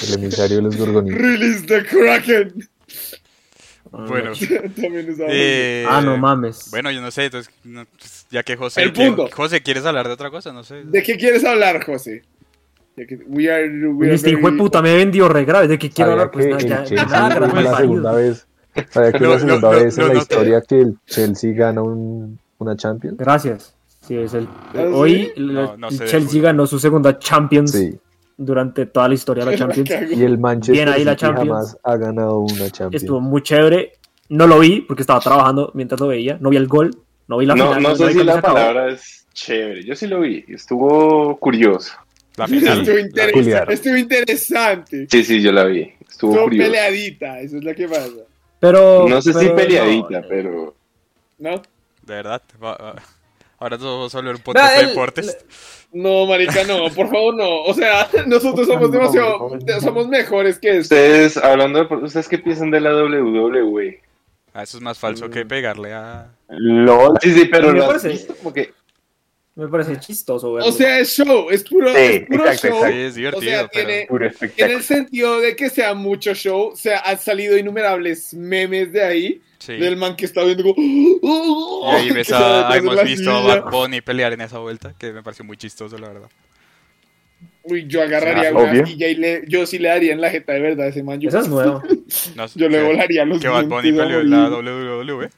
S3: El emisario de los gorgonitas.
S2: Release the Kraken.
S4: Bueno.
S2: También es
S4: eh,
S7: Ah, no mames.
S4: Bueno, yo no sé, entonces, no, pues, ya que José...
S2: El
S4: que-
S2: punto.
S4: José, ¿quieres hablar de otra cosa? No sé.
S2: ¿De qué quieres hablar, José? De que we are, we are
S7: este
S2: very-
S7: hijo de puta me vendió re grave. ¿De qué quiero
S3: Sabía
S7: hablar? Pues
S3: que
S7: nada,
S3: el
S7: ya.
S3: Chelsea
S7: nada,
S3: fue
S7: gran
S3: la
S7: parido.
S3: segunda vez. Sabía
S4: Lo-
S3: que fue
S4: lo-
S3: la segunda
S4: lo-
S3: vez
S4: lo
S3: en la
S4: noté.
S3: historia que el Chelsea gana un, una Champions.
S7: Gracias. Sí, es el.
S6: Ah,
S2: sí?
S7: Hoy el-
S4: No, no
S7: el
S4: sé de
S7: Chelsea
S4: fútbol.
S7: ganó su segunda Champions
S3: Sí.
S7: durante toda la historia de la Champions.
S2: La cago.
S3: Y el Manchester
S7: Bien ahí la
S3: City
S7: Champions.
S3: jamás ha ganado una Champions.
S7: Estuvo muy chévere. No lo vi porque estaba trabajando mientras lo veía. No vi el gol. No vi la
S6: No,
S7: final.
S6: no sé
S7: vi
S6: si
S7: cuando
S6: la
S7: se acabó.
S6: palabra es chévere. Yo sí lo vi. Estuvo curioso.
S4: La final.
S2: Estuvo,
S4: La-
S2: interes-
S3: culiaron.
S2: estuvo interesante.
S6: Sí, sí, yo la vi. Estuvo
S2: Estuvo
S6: curioso.
S2: peleadita, eso es lo que pasa.
S7: Pero.
S6: No sé si
S7: pero
S6: peleadita,
S7: no.
S6: pero.
S2: ¿No?
S4: De verdad. va- va- Ahora todos vamos a hablar un
S2: Vea,
S4: podcast de
S2: el-
S4: deportes.
S2: No, marica, no, por favor, no. O sea, nosotros somos demasiado, somos mejores que esto.
S6: Ustedes, hablando de. ¿Ustedes qué piensan de la E. WWE?
S4: Ah, eso es más falso
S2: Mm.
S4: que pegarle a...
S5: LOL.
S6: Sí, sí, pero.
S7: Me
S6: ¿lo has
S7: parece-
S6: visto? Como que-
S7: Me parece chistoso, verlo.
S2: O sea, es show, es puro,
S5: Sí,
S2: es puro
S5: exacto,
S2: show.
S4: Sí,
S5: exacto.
S4: es divertido,
S2: o sea,
S4: pero...
S2: tiene,
S5: Puro
S2: en
S5: espectáculo.
S2: el sentido de que sea mucho show, o sea, han salido innumerables memes de ahí,
S4: Sí.
S2: del man que está viendo como... ¡Oh!
S4: Y ahí ves
S2: que se va
S4: a,
S2: detrás de
S4: hemos
S2: la
S4: visto a
S2: silla.
S4: Bad Bunny pelear en esa vuelta, que me pareció muy chistoso, la verdad.
S2: Uy, yo agarraría
S5: Ah,
S2: una
S5: obvio.
S2: y ya y le- yo sí le daría en la jeta de verdad a ese man. Yo,
S7: Eso es nuevo.
S4: No,
S2: yo le
S4: que-
S2: volaría los
S4: Que Bad Bunny
S2: dientes a
S4: peleó en la E.
S2: morir.
S4: WWE.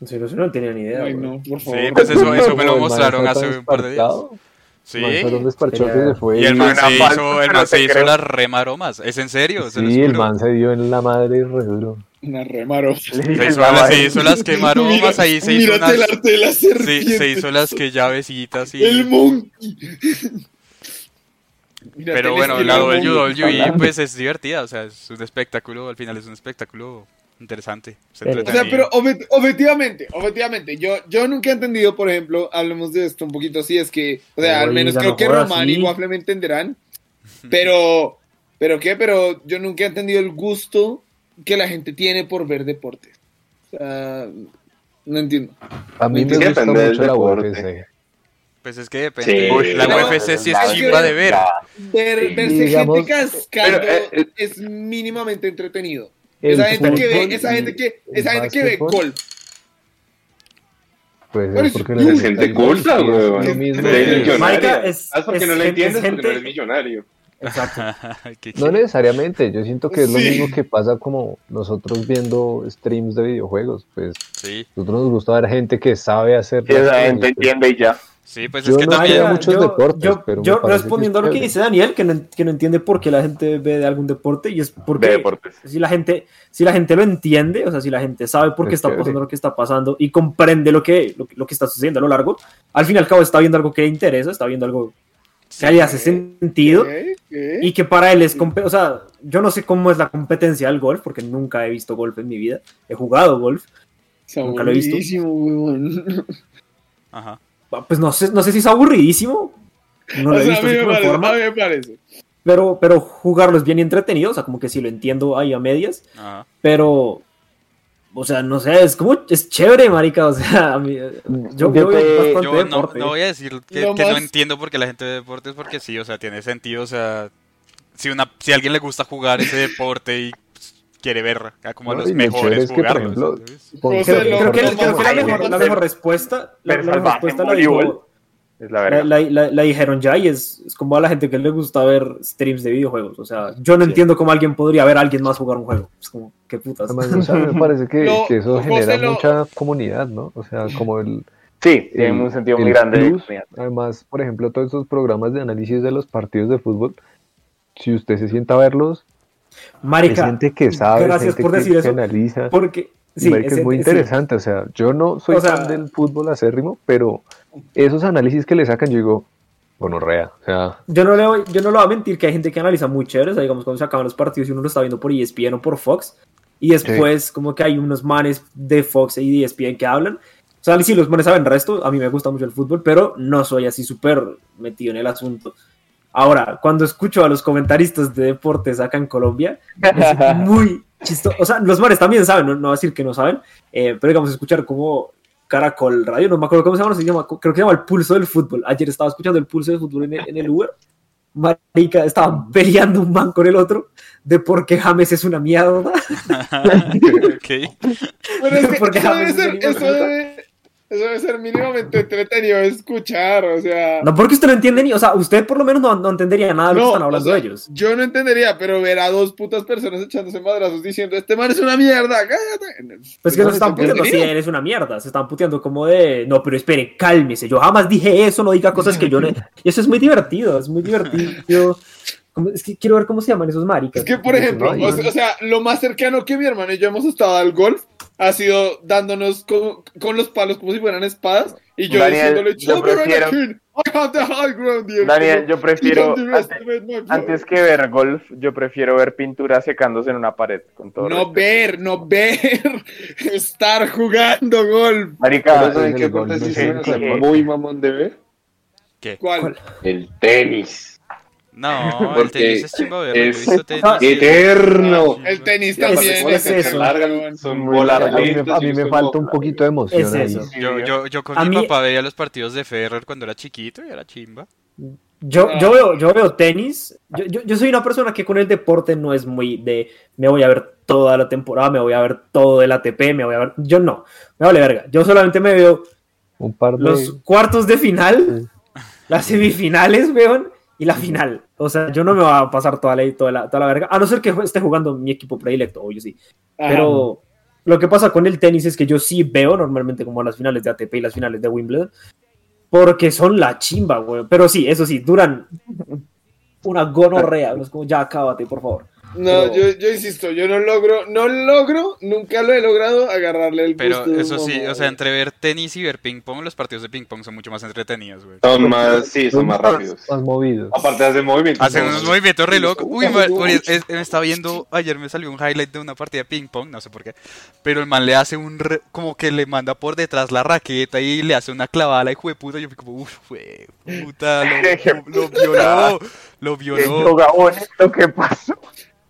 S7: En serio, yo no tenía ni idea.
S2: Ay,
S7: güey.
S2: no, por
S4: Sí,
S2: favor.
S4: pues eso, eso me lo
S3: Como el man
S4: mostraron
S3: está
S4: hace
S3: tan
S4: un par de días.
S3: desparchado,
S4: Sí.
S3: el man está tan desparchado que
S7: Era-
S3: se fue
S4: Y el
S3: y-
S4: man
S5: Suena
S4: se
S5: falso,
S4: hizo, el
S5: pero
S4: man se
S5: te
S4: hizo
S5: creo.
S4: las remaromas. Es en serio, se los
S3: Sí, el
S4: juro.
S3: man se dio en la madre re duro.
S2: Una remaro.
S4: Se hizo, las- se hizo las quemaromas, ahí se hizo
S2: Mírate
S4: unas...
S2: la de la
S4: Sí,
S2: serpiente.
S4: se hizo las que llavecitas y...
S2: El monkey. Mírate
S4: Pero
S2: el
S4: bueno,
S2: estilo
S4: la
S2: del monkey.
S4: WWE
S3: hablando.
S4: pues es divertida, o sea, es un espectáculo, al final es un espectáculo interesante. es
S7: Pero-
S2: O sea, pero
S4: entretenido.
S2: obje- objetivamente, objetivamente, yo, yo nunca he entendido, por ejemplo, hablemos de esto un poquito así, es que, o sea, al
S7: Oye,
S2: menos
S7: ya
S2: creo
S7: no
S2: que
S7: jodas,
S2: Román
S7: sí.
S2: y Waffle me entenderán, pero, pero qué, pero yo nunca he entendido el gusto que la gente tiene por ver deportes. O sea, no entiendo.
S3: A mí me
S6: Sí,
S3: gusta
S6: depende del
S3: mucho la
S6: deporte.
S3: UFC.
S4: Pues es que depende.
S6: Sí.
S4: la
S2: Pero-
S4: UFC sí es
S2: pero-
S4: chimba de ver.
S2: Ver, verse
S3: digamos-
S2: gente cascando
S6: pero, eh, eh,
S2: es mínimamente entretenido.
S3: El
S2: Esa gente, que
S3: fútbol
S2: ve, esa
S3: y
S2: gente que,
S3: el
S2: esa gente que ve
S3: básquetbol,
S2: golf.
S3: Pues
S2: Pero
S3: es
S2: es-
S3: porque
S2: es
S3: gusta
S6: gente
S3: el
S6: culta,
S3: golf,
S6: weón.
S3: es lo mismo.
S6: Pero eres
S4: Sí.
S6: millonario.
S7: Marica, es-
S6: Ah, porque
S7: es
S6: no lo
S7: gente-
S6: entiendes,
S7: es
S6: porque no eres
S7: gente-
S6: millonario.
S7: Exacto.
S4: Qué
S3: No
S4: chimba.
S3: necesariamente, yo siento que es lo
S2: Sí.
S3: mismo que pasa como nosotros viendo streams de videojuegos, pues
S4: Sí,
S3: nosotros nos gusta ver gente que sabe hacer las
S5: Esa
S3: cosas,
S5: gente
S3: pues,
S5: entiende y ya.
S4: sí, pues
S3: Yo
S4: es que
S3: no
S4: también...
S3: había- muchos deportes,
S7: Ah, yo,
S3: pero me
S7: yo
S3: parece que
S7: respondiendo a
S3: es
S7: lo que
S3: chévere.
S7: dice Daniel, que no, en- que no entiende por qué la gente ve de algún deporte, y es porque
S5: De deportes.
S7: si la gente, si la gente lo entiende, o sea, si la gente sabe por qué
S3: Es
S7: está
S3: chévere.
S7: pasando lo que está pasando y comprende lo que, lo, que- lo que está sucediendo a lo largo, al fin y al cabo está viendo algo que le interesa, está viendo algo que le hace sentido
S2: ¿Qué? ¿Qué?
S7: y que para él es, compe- o sea, yo no sé cómo es la competencia del golf, porque nunca he visto golf en mi vida, he jugado golf,
S2: Está
S7: Nunca lo he visto.
S2: buenísimo, weón.
S4: Ajá.
S7: pues no sé, no sé si es aburridísimo. No lo
S2: O
S7: he
S2: sea, a
S7: visto
S2: mí
S7: así
S2: me
S7: como en
S2: parece,
S7: forma.
S2: a mí me parece.
S7: pero, pero jugarlo es bien entretenido, o sea, como que si lo entiendo ahí a medias,
S4: Ajá.
S7: pero, o sea, no sé, es como, es chévere, marica, o sea, a mí- yo,
S5: Yo
S7: yo veo
S5: te-
S7: bastante
S4: Yo no,
S7: deporte.
S4: no voy a decir que,
S2: Lo
S4: que no
S2: más-
S4: entiendo por qué la gente ve deportes, porque sí, o sea, tiene sentido, o sea, si, una, si a alguien le gusta jugar ese deporte y pues, quiere ver a como a
S3: No,
S4: los
S3: y lo chévere
S4: mejores
S3: es que, por
S4: jugarlos.
S3: ejemplo,
S4: ¿sabes?
S3: con-
S2: José, lo-
S7: Creo, creo que,
S2: lo-
S7: creo que la,
S2: lo-
S7: mejor, la mejor respuesta, la, la mejor respuesta la, dijo,
S5: Es la
S7: la,
S5: verdad.
S7: la- la- la dijeron ya y es, es como a la gente que le gusta ver streams de videojuegos, o sea, yo no entiendo cómo alguien podría ver a alguien más jugar un juego, es como, qué putas.
S3: Además, o sea, me parece que,
S2: No,
S3: que eso
S2: José,
S3: genera
S2: no.
S3: mucha comunidad, ¿no? O sea, como el...
S5: Sí, tiene
S3: el-
S5: un sentido muy
S3: el
S5: grande. de
S3: plus.
S5: comunidad.
S3: Además, por ejemplo, todos esos programas de análisis de los partidos de fútbol, si usted se sienta a verlos, Hay
S7: Marica,
S3: gente que sabe,
S7: gracias
S3: gente
S7: por
S3: que,
S7: decir
S3: que
S7: eso.
S3: analiza.
S7: porque sí,
S3: Marica, es,
S7: ese-
S3: muy
S7: sí.
S3: interesante. O sea, yo no soy
S7: O sea-
S3: fan del fútbol acérrimo, pero esos análisis que le sacan, yo digo, gonorrea. O sea,
S7: Yo no, le voy, yo no le voy a mentir que hay gente que analiza muy chévere, o sea, digamos cuando se acaban los partidos y uno lo está viendo por E ESPN o por Fox, y después como que hay unos manes de Fox y de E ESPN que hablan. O sea, sí, los manes saben resto, a mí me gusta mucho el fútbol, pero no soy así súper metido en el asunto. Ahora, cuando escucho a los comentaristas de deportes acá en Colombia, es muy chistoso. O sea, los manes también saben, no, no voy a decir que no saben, eh, pero digamos, escuchar como Caracol Radio, no me acuerdo cómo se llama, no sé, se llama, creo que se llama El Pulso del Fútbol. Ayer estaba escuchando El Pulso del Fútbol en el, en el Uber. Marica, estaba peleando un man con el otro de por qué James es una mierda.
S4: ok.
S2: Pero es que
S7: Porque
S2: eso, debe
S7: jamás
S2: ser,
S7: tenemos
S2: eso, debe, eso debe ser mínimamente entretenido de escuchar, o sea...
S7: No porque usted no entiende ni, o sea, usted por lo menos no, no entendería nada de lo
S2: No,
S7: que están hablando
S2: o sea,
S7: ellos.
S2: Yo no entendería, pero ver a dos putas personas echándose madrazos diciendo, este man es una mierda, cállate.
S7: Pues que no
S2: no
S7: se están puteando así,
S2: entendería.
S7: eres una mierda. Se están puteando como de, no, pero espere, cálmese. Yo jamás dije eso, no diga cosas que yo no. Y eso es muy divertido, es muy divertido. Como- es que quiero ver cómo se llaman esos maricas.
S2: Es que, por ejemplo,
S3: No,
S2: o sea, o sea, lo más cercano que mi hermano y yo hemos estado al golf ha sido dándonos con, con los palos como si fueran espadas y yo
S5: Daniel,
S2: diciéndole,
S5: yo
S2: "Show me when I
S5: prefiero-
S2: can. I have the high ground, Diego".
S5: Daniel, yo prefiero.
S2: You don't
S5: Antes,
S2: underestimate my power.
S5: antes que ver golf, yo prefiero ver pintura secándose en una pared. Con todo
S2: No
S5: respeto.
S2: ver, no ver, estar jugando golf.
S6: Pero
S5: Marica,
S3: ese
S6: ¿saben
S3: es
S6: qué
S3: el gol,
S6: deporte
S3: no
S6: sí
S3: es
S6: se
S5: el
S6: me hace
S5: gol.
S6: muy mamón de ver?
S2: ¿Cuál?
S7: ¿Cuál?
S6: El tenis.
S4: No, el
S6: Porque
S4: tenis es chimba verlo, yo he
S6: es
S4: visto tenis
S7: Ah,
S4: y-
S6: eterno. Este,
S4: Ah,
S2: El tenis
S7: Ya,
S2: también.
S7: ¿cuál
S2: ese
S7: es
S2: que
S7: eso?
S2: largan.
S6: Son
S3: muy- a
S6: bolas
S3: mí me,
S6: lentas
S3: a
S6: y
S3: mí me
S6: son
S3: falta un
S6: bolas.
S3: poquito de emoción
S7: Es
S3: ahí.
S7: eso.
S4: Yo, yo, yo con
S7: A
S4: mi
S7: mí-
S4: papá veía los partidos de Ferrer cuando era chiquito y era chimba.
S7: Yo,
S2: Ah.
S7: yo, veo, yo veo tenis. Yo, yo- yo soy una persona que con el deporte no es muy de me voy a ver toda la temporada, me voy a ver todo el ATP, me voy a ver. Yo no, me vale verga. Yo solamente me veo
S3: Un par de.
S7: los cuartos de final, las semifinales, weón, y la final. O sea, yo no me voy a pasar toda la, toda la, toda la verga, a no ser que esté jugando mi equipo predilecto, obvio sí. Pero lo que pasa con el tenis es que yo sí veo normalmente como las finales de ATP y las finales de Wimbledon, porque son la chimba, weón. Pero sí, eso sí, duran una gonorrea. Es como, ya acábate, por favor.
S2: No, yo,
S7: Pero-
S2: yo insisto, yo no logro, no logro, nunca lo he logrado agarrarle el
S4: Pero
S2: gusto de un
S4: eso sí,
S2: mamón,
S4: o sea, entre ver tenis y ver ping pong, los partidos de ping pong son mucho más entretenidos, güey.
S6: Son más, sí, son
S3: Ah.
S6: más rápidos.
S3: Más movidos.
S6: Aparte hacen movimientos.
S4: Hacen
S6: Ah, ¿no?
S4: unos movimientos re locos. Uy,
S6: Uy,
S4: ma-
S6: uy.
S4: oye, es- me estaba viendo, ayer me salió un highlight de una partida de ping pong, no sé por qué. Pero el man le hace un, re- como que le manda por detrás la raqueta y le hace una clavada a la hijo de puta. Yo fui como, uff, fue puta, lo, lo- lo violó, lo violó.
S5: lo que pasó.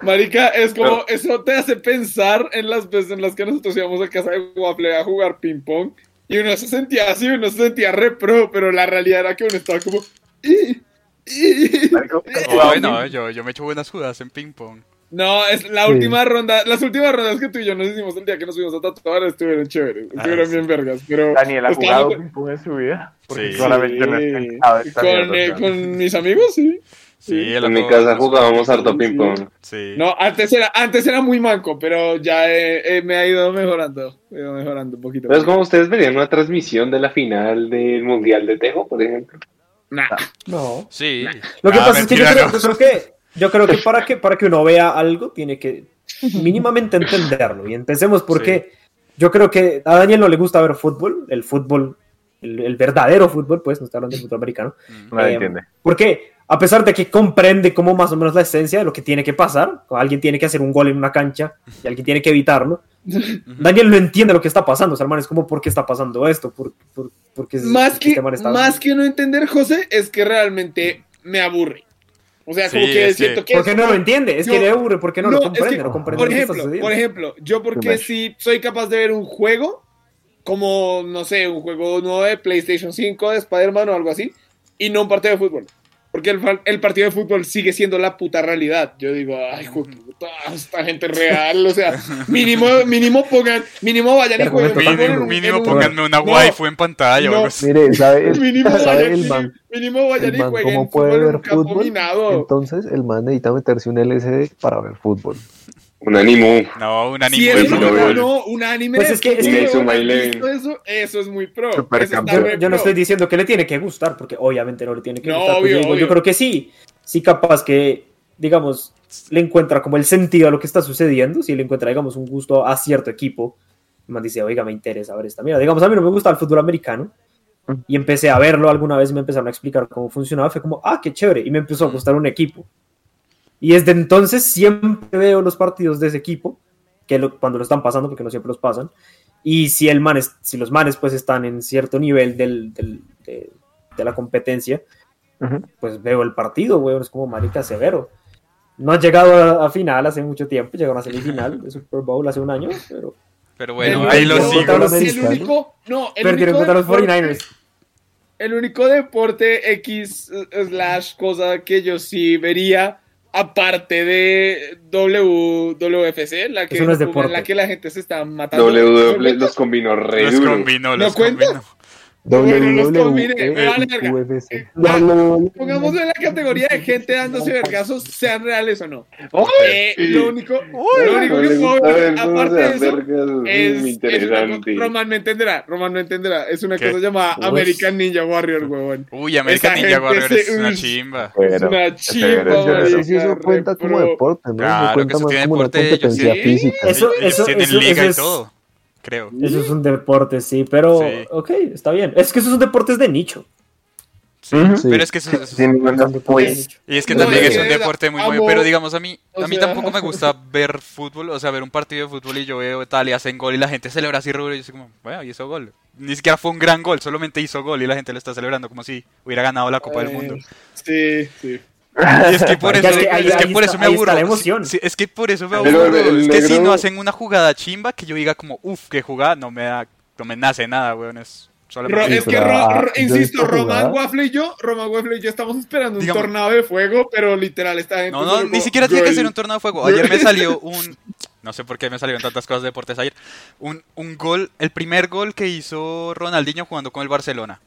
S2: Marica, es como, eso te hace pensar en las veces en las que nosotros íbamos a casa de Waffle a jugar ping pong y uno se sentía así, uno se sentía re pro, pero la realidad era que uno estaba como... "Ih, ih".
S4: Uy, no, yo, yo me echo buenas jugadas en ping pong.
S2: No, es la
S3: Sí.
S2: última ronda, las últimas rondas que tú y yo nos hicimos el día que nos fuimos a tatuar estuvieron chéveres,
S4: Ah,
S2: estuvieron
S4: sí.
S2: bien vergas, pero...
S5: Daniel ha
S2: estaba
S5: jugado
S2: con-
S5: ping pong en su vida. Porque
S4: Sí.
S5: solamente yo no he
S2: Sí.
S5: intentado esta
S2: con,
S5: mierda,
S2: eh,
S5: o sea.
S2: con mis amigos, sí.
S4: Sí, el
S6: En mi
S4: loco-
S6: casa jugábamos harto ping pong.
S4: Sí.
S2: No, antes era, antes era muy manco, pero ya eh, eh, me ha ido mejorando. Me ha ido mejorando un poquito.
S7: Pues,
S6: Pero es como ustedes verían una transmisión de la final del Mundial de Tejo, por ejemplo.
S2: Nah.
S7: No.
S4: Sí.
S7: Lo que
S4: Ah,
S7: pasa es que yo
S4: mentira,
S7: creo,
S4: no.
S7: yo creo que yo creo que para que para que uno vea algo tiene que mínimamente entenderlo y empecemos porque yo creo que a Daniel no le gusta ver fútbol, el fútbol el, el verdadero fútbol, pues no está hablando de fútbol americano.
S5: No la
S7: Eh,
S5: entiende.
S7: Porque a pesar de que comprende como más o menos la esencia de lo que tiene que pasar, alguien tiene que hacer un gol en una cancha y alguien tiene que evitarlo. Daniel no entiende lo que está pasando, o sea, hermano, es como por qué está pasando esto, por, por, por qué
S2: Más, que,
S7: este man está-
S2: más que no entender, José, es que realmente me aburre. O sea,
S4: Sí,
S2: como que
S4: es que-
S2: siento que.
S7: ¿Por qué no lo entiende? Es
S2: Yo-
S7: que le aburre, ¿por qué no, lo
S2: No, es
S7: comprende?
S2: que,
S7: no comprende
S2: por
S7: lo que está
S2: ejemplo,
S7: sucediendo.
S2: por ejemplo, yo porque
S5: Imagínate.
S2: si soy capaz de ver un juego, como, no sé, un juego nuevo de PlayStation 5, de Spider-Man o algo así, y no un partido de fútbol. Porque el, fa- el partido de fútbol sigue siendo la puta realidad. Yo digo, ay, hijo de puta, esta gente real, o sea, mínimo, mínimo pongan, mínimo vayan y
S7: Qué
S2: jueguen
S7: argumento
S2: fútbol
S7: tan
S2: en
S4: Mínimo,
S2: un-
S4: mínimo
S2: en un-
S4: pónganme una
S2: No,
S4: waifu en pantalla o
S2: no.
S4: algo así.
S3: Mire, ¿sabe,
S2: Mínimo
S3: ¿sabe
S2: vayan,
S3: el man?
S2: y- mínimo vayan
S3: el
S2: y
S3: man
S2: jueguen
S3: cómo
S2: fútbol
S3: puede
S2: en un
S3: ver
S2: campo
S3: fútbol,
S7: Oh.
S2: minado.
S3: entonces el man necesita meterse un LCD para ver fútbol.
S6: Un ánimo.
S4: No, un
S2: Si es
S4: anime de
S6: no,
S2: un,
S6: no,
S4: fútbol.
S2: no, un anime.
S7: Pues es que- es
S2: de
S6: que-
S2: fútbol,
S6: Make some
S2: ¿has
S6: my
S2: visto eso, eso es muy pro. Eso está
S5: Supercampeón.
S2: re
S7: Yo, yo no
S2: pro.
S7: estoy diciendo que le tiene que gustar, porque obviamente no le tiene que
S2: No,
S7: gustar. pues
S2: obvio,
S7: yo, digo, yo
S2: obvio.
S7: creo que sí, sí capaz que, digamos, le encuentra como el sentido a lo que está sucediendo, si le encuentra, digamos, un gusto a cierto equipo, el man dice, oiga, me interesa ver esta mierda. Digamos, a mí no me gusta el fútbol americano. Y empecé a verlo alguna vez, me empezaron a explicar cómo funcionaba. Fue como, ah, qué chévere. Y me empezó a gustar un equipo. Y desde entonces siempre veo los partidos de ese equipo, que lo- cuando lo están pasando, porque no siempre los pasan. Y si, el man es- si los manes pues están en cierto nivel del, del- de, de la competencia,
S5: Ujú.
S7: pues veo el partido, weón. Es como marica severo. No ha llegado a, a final hace mucho tiempo, llegaron a semifinal de Super Bowl hace un año, pero
S4: Pero bueno,
S2: El
S4: ahí
S2: único-
S4: lo
S7: Pero
S4: sigo.
S7: los
S2: El
S7: americanos.
S2: único, no, el
S7: perdieron
S2: único
S7: contra los
S2: deporte-
S7: 49ers.
S2: El único deporte X eh, slash cosa que yo sí vería, aparte de WWFC, la que,
S7: Eso no es
S2: en
S7: deporte.
S2: la que la gente se está matando.
S6: WWE los combinó re
S4: Los
S6: duro.
S4: combinó,
S2: ¿No
S4: los
S2: cuenta?
S4: combinó.
S2: Bueno, los
S3: eh,
S2: combine, me vale verga.
S3: UFC.
S2: Eh, Pongamos en la categoría de gente dándose vergazos, sean reales o no. Eh, lo único, lo único que puedo ver, aparte de eso, es,
S6: es
S2: es una co-
S6: interesante.
S2: Roman me entenderá, Roman no entenderá. Es una
S4: ¿Qué?
S2: cosa llamada
S7: Pues-
S2: American Ninja Warrior, huevón.
S4: Uy, American
S2: Esa
S4: Ninja
S2: gente
S4: Warrior
S2: se-
S4: es una
S2: uy.
S4: chimba.
S2: Es
S5: Bueno,
S2: una chimba,
S6: chévere,
S2: marica,
S6: chévere.
S3: Sí, sí, eso cuenta como
S2: repro.
S3: deporte, ¿no?
S4: Claro,
S3: Eso
S4: que
S3: cuenta
S4: eso
S3: más
S4: tiene
S3: como una
S4: deporte, yo
S3: competencia
S2: sí.
S3: física.
S7: Eso-
S4: Ellos
S7: eso-
S4: tienen
S7: eso-
S4: liga
S7: eso
S4: y
S7: es-
S4: todo, creo.
S7: Eso es un deporte, sí, pero
S4: Sí.
S7: ok, está bien. Es que esos son deportes de nicho.
S4: Sí.
S5: Ujú.
S3: Sí.
S4: Pero es que eso, eso-
S5: Sin ninguna- pues,
S4: y es que
S2: No,
S4: también
S2: es
S4: es
S2: que
S4: un
S2: de verdad,
S4: deporte muy bueno,
S2: amo-
S4: pero digamos a mí,
S2: o
S4: a mí
S2: sea-
S4: tampoco me gusta ver fútbol, o sea, ver un partido de fútbol y yo veo tal y hacen gol y la gente celebra así rubro y yo soy como, bueno, y hizo gol. Ni siquiera fue un gran gol, solamente hizo gol y la gente lo está celebrando como si hubiera ganado la Copa del Mundo.
S2: Sí, sí.
S4: Y es que por eso,
S7: Marica, es que ahí-
S4: es que
S7: ahí
S4: por
S7: está-
S4: eso me
S7: ahí está
S4: aburro.
S7: la emoción.
S4: Sí, es que por eso me
S6: Pero
S4: aburro.
S6: el- el
S4: es que si
S6: negro-
S4: no hacen una jugada chimba que yo diga como, uff, qué jugada, no me da, no me nace nada, weón. Es
S2: Ro-
S4: solamente
S2: es que,
S3: pero,
S2: Ro-
S3: ah,
S2: Ro-
S3: yo he
S2: insisto,
S3: visto
S2: Roman
S3: jugar.
S2: Waffle y yo, Roman Waffle y yo estamos esperando un
S4: Digamos-
S2: tornado de fuego, pero literal esta gente...
S4: No,
S2: solo
S4: no, ni
S2: como,
S4: siquiera tiene que
S2: "Gol".
S4: ser un torneo de fuego. Ayer me salió un. No sé por qué me salieron tantas cosas de deportes ayer. Un, un gol, el primer gol que hizo Ronaldinho jugando con el Barcelona.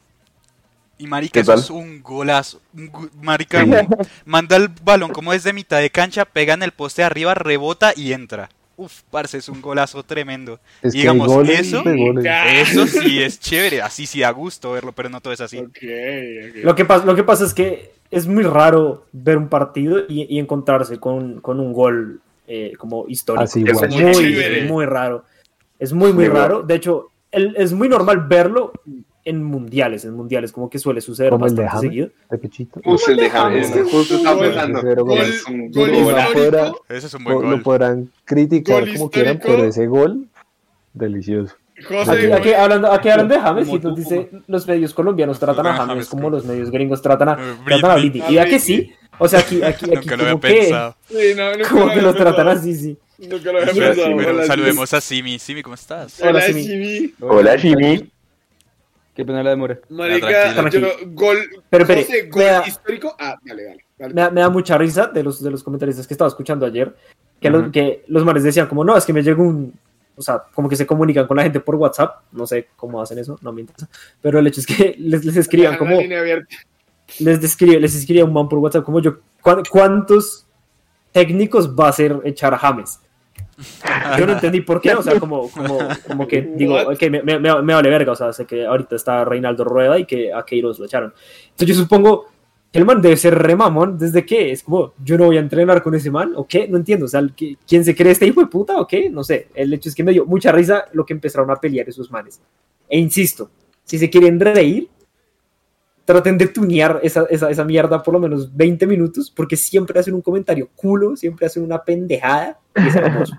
S4: Y Marica,
S5: ¿Qué
S4: eso
S5: tal?
S4: es un golazo. Un go- Marica un- manda el balón como desde mitad de cancha, pega en el poste de arriba, rebota y entra. Uf, parce, es un golazo tremendo.
S3: Es que
S4: digamos,
S3: hay goles,
S4: eso-
S3: de goles.
S2: Ah,
S4: Eso sí es chévere, así sí da gusto verlo, pero no todo es así.
S2: Ok,
S7: Lo que, pas- lo que pasa es que es muy raro ver un partido y, y encontrarse con, con un gol eh, como histórico.
S3: Así,
S7: es
S3: guau.
S7: muy,
S2: Chévere.
S7: muy raro. Es muy, muy
S6: Sí, guau.
S7: raro. De hecho, el- es muy normal verlo en mundiales, en mundiales, como que suele suceder
S3: Como el de
S7: bastante
S3: James.
S7: seguido.
S3: De pichito.
S6: Uf, el de James,
S3: James.
S6: justo estaba
S2: Gol,
S6: pensando.
S3: cero
S2: Gol,
S3: goles.
S6: Es un
S2: gol
S6: gol.
S3: fuera.
S2: histórico,
S4: Ese es un buen
S3: Lo, lo
S4: gol.
S3: podrán criticar
S2: Gol
S3: como quieran,
S2: histórico.
S3: pero ese gol, delicioso.
S2: José,
S7: Aquí,
S2: gol.
S7: aquí hablando, aquí hablando de James,
S2: Como
S7: y nos
S2: tú,
S7: dice, los medios colombianos tratan a
S4: James,
S7: James como
S4: como-
S7: los medios gringos tratan a,
S4: Eh,
S7: tratan a
S4: Britney.
S7: Britney. Y ya que sí, o sea, aquí, aquí, aquí
S4: Nunca lo había
S7: como que-
S4: pensado.
S2: Sí, no, nunca
S7: como que
S2: había
S7: lo tratan
S2: pensado.
S7: así, sí.
S2: Nunca lo había
S6: Pero sí,
S2: pensado.
S6: pero
S2: Hola,
S4: Saludemos a Simi. Simi, ¿cómo estás?
S2: Jimmy. Hola,
S8: Hola, Simi.
S2: Jimmy.
S5: Hola, Jimmy.
S8: Qué pena la demora.
S2: Marica,
S7: tranquilo.
S2: yo- gol,
S7: Pero, pero,
S2: José, gol
S7: vea.
S2: histórico. Ah, dale, dale. dale.
S7: Me, da- me da mucha risa de los, de los comentaristas que estaba escuchando ayer, que, los,
S4: Ujú.
S7: que los manes decían como, no, es que me llegó un... O sea, como que se comunican con la gente por WhatsApp, no sé cómo hacen eso, no me interesa. Pero el hecho es que les, les escriban
S2: Una
S7: como,
S2: línea abierta.
S7: les describe, les escribía un man por WhatsApp como yo, "¿Cuán- ¿cuántos técnicos va a ser echar a James? Yo no entendí por qué, o sea, como, como, como que digo,
S2: What?
S7: ok, me, me, me vale verga, o sea, sé que ahorita está Reinaldo Rueda y que a Queiroz lo echaron. Entonces yo supongo que el man debe ser re mamón, ¿desde qué? Es como, yo no voy a entrenar con ese man, ¿o qué? No entiendo, o sea, ¿qui- ¿quién se cree este hijo de puta o qué? No sé, el hecho es que me dio mucha risa lo que empezaron a pelear esos manes. E insisto, si se quieren reír, traten de tunear esa, esa, esa mierda por lo menos 20 minutos, porque siempre hacen un comentario culo, siempre hacen una pendejada. Y es hermoso.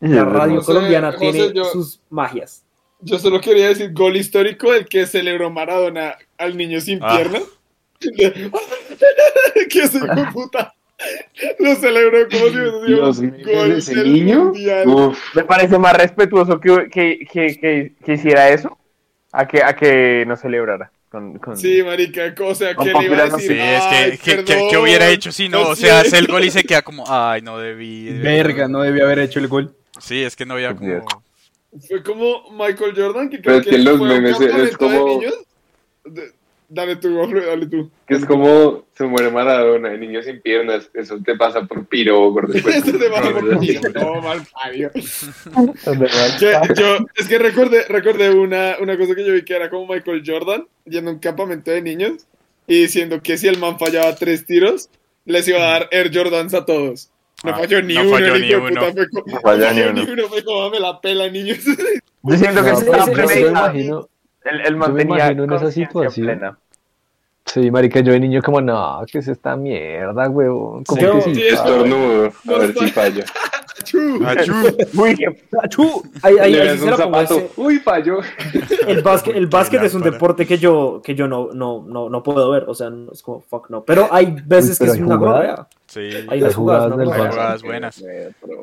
S7: La radio
S2: José,
S7: colombiana
S2: José,
S7: tiene
S2: yo-
S7: sus magias.
S2: Yo solo quería decir gol histórico el que celebró Maradona al niño sin
S4: Ah.
S2: piernas. que se fue puta. Lo celebró como si hubiese sido
S6: Dios mío, ese niño.
S2: mundial.
S6: Uf,
S5: Me parece más respetuoso que, que, que, que- que hiciera eso a que, a que no celebrara. Con, con...
S2: Sí, marica, o sea,
S5: Con
S2: que le iba a
S5: popularidad,
S2: decir?
S4: Sí, es
S2: "Ay,
S4: que, que, que-
S2: perdón,
S4: que hubiera hecho si no,
S2: lo
S4: o sea, hace el
S2: siento".
S4: gol y se queda como, ay, no debí. debí
S8: Verga,
S4: haberlo".
S8: no debía haber hecho el gol.
S4: Sí, es que no había como...
S6: Dios.
S2: Fue como Michael Jordan, que creo
S6: Pero es que los
S2: fue un
S6: memes es
S2: campamento
S6: como-
S2: de niños. De- Dale tú, Gofre, dale tú.
S6: que es como se muere Maradona, el niño sin piernas, eso te pasa por piro, gordo.
S2: Eso Este te va a
S6: Gordo.
S2: morir. No, mal parido.
S3: Donde va-
S2: Yo, yo- es que recordé, recordé una, una cosa que yo vi que era como Michael Jordan yendo a un campamento de niños y diciendo que si el man fallaba tres tiros, les iba a dar Air Jordans a todos. No
S4: Ah,
S2: falló ni
S4: no
S2: uno.
S4: falló
S2: el
S4: ni
S2: hijo de
S4: uno.
S2: puta, fue co-
S6: No falló ni uno.
S2: Fue como, me la pela, niños.
S5: Yo siento que
S3: No,
S5: es
S3: pero
S5: una
S3: yo- yo me
S5: plena-
S3: imagino-
S5: él, él
S3: me
S5: mantenía
S3: imagino en esa
S5: conciencia
S3: situación.
S5: plena.
S3: Sí, marica, yo de niño como, no, ¿qué es esta mierda, huevón? Como
S7: Yo-
S3: que sí, Ah,
S2: Sí, es
S3: claro.
S6: Estornudo, a ver
S2: Basta.
S6: si falla.
S2: Chu.
S4: Achú.
S5: Uy, qué-
S7: ¡Achú! Ahí, ahí,
S6: Le
S7: ahí sí
S6: das
S7: se
S6: un
S7: la pongo a
S6: zapato.
S7: ese-
S6: Uy, falló.
S7: El básquet, el básquet
S4: Qué
S7: es un
S4: lámpara.
S7: deporte que yo, que yo no, no, no, no puedo ver. O sea, no- es como, fuck, no. Pero hay veces
S3: pero
S7: que es
S3: hay
S7: una
S3: jugadas.
S7: gonorrea.
S4: Sí.
S7: Hay
S4: Hay
S7: unas
S3: Las jugadas
S7: jugadas, ¿no?
S3: del
S7: Como-
S3: básquet.
S4: jugadas buenas.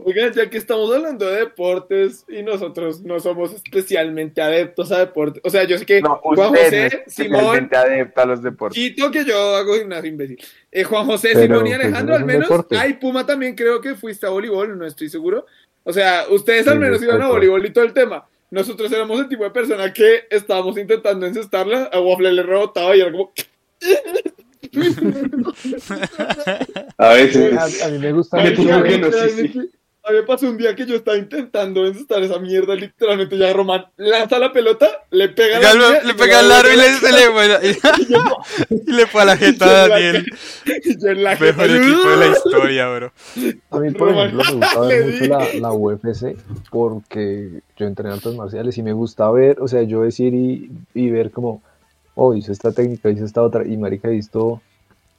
S2: Oigan, ya que estamos hablando de deportes y nosotros no somos especialmente adeptos a deportes. O sea, yo sé que
S5: No,
S2: Juan
S5: usted no es
S2: José, Simón,
S5: especialmente adepto a los deportes.
S2: Quito que yo hago gimnasio imbécil. Eh, Juan José,
S3: Pero,
S2: Simón y
S3: pues,
S2: Alejandro,
S3: es
S2: al
S3: un
S2: menos.
S3: deporte.
S2: Ay, Puma también creo que fuiste a voleibol, no estoy seguro. O sea, ustedes al
S3: Sí,
S2: menos
S3: sí,
S2: iban a
S3: sí.
S2: voleibol y todo el tema. Nosotros éramos el tipo de persona que estábamos intentando encestarla, a Waffle le rebotaba y era como.
S6: A
S3: A, a
S6: veces.
S3: mí me gusta
S6: Ay,
S2: Ay,
S6: tú
S2: ya,
S6: no, que no, sí,
S2: literalmente, A mí me pasó un día que yo estaba intentando encestar esa mierda, literalmente ya Román lanza la pelota, le pega a la
S4: Galva-
S2: línea
S4: Le
S2: y
S4: pega al
S2: la-
S4: aro y le, se le vuela- y, le fue a la jeta a Daniel.
S2: y yo en la
S4: Mejor
S2: jeta,
S4: equipo de la historia, bro.
S3: A mí, por
S2: Roman,
S3: ejemplo, me gusta
S2: le
S3: ver mucho
S2: di.
S3: la, la UFC porque yo entrené artes marciales y me gusta ver, o sea, yo decir y, y ver como, oh, hizo esta técnica, hizo esta otra, y marica, he visto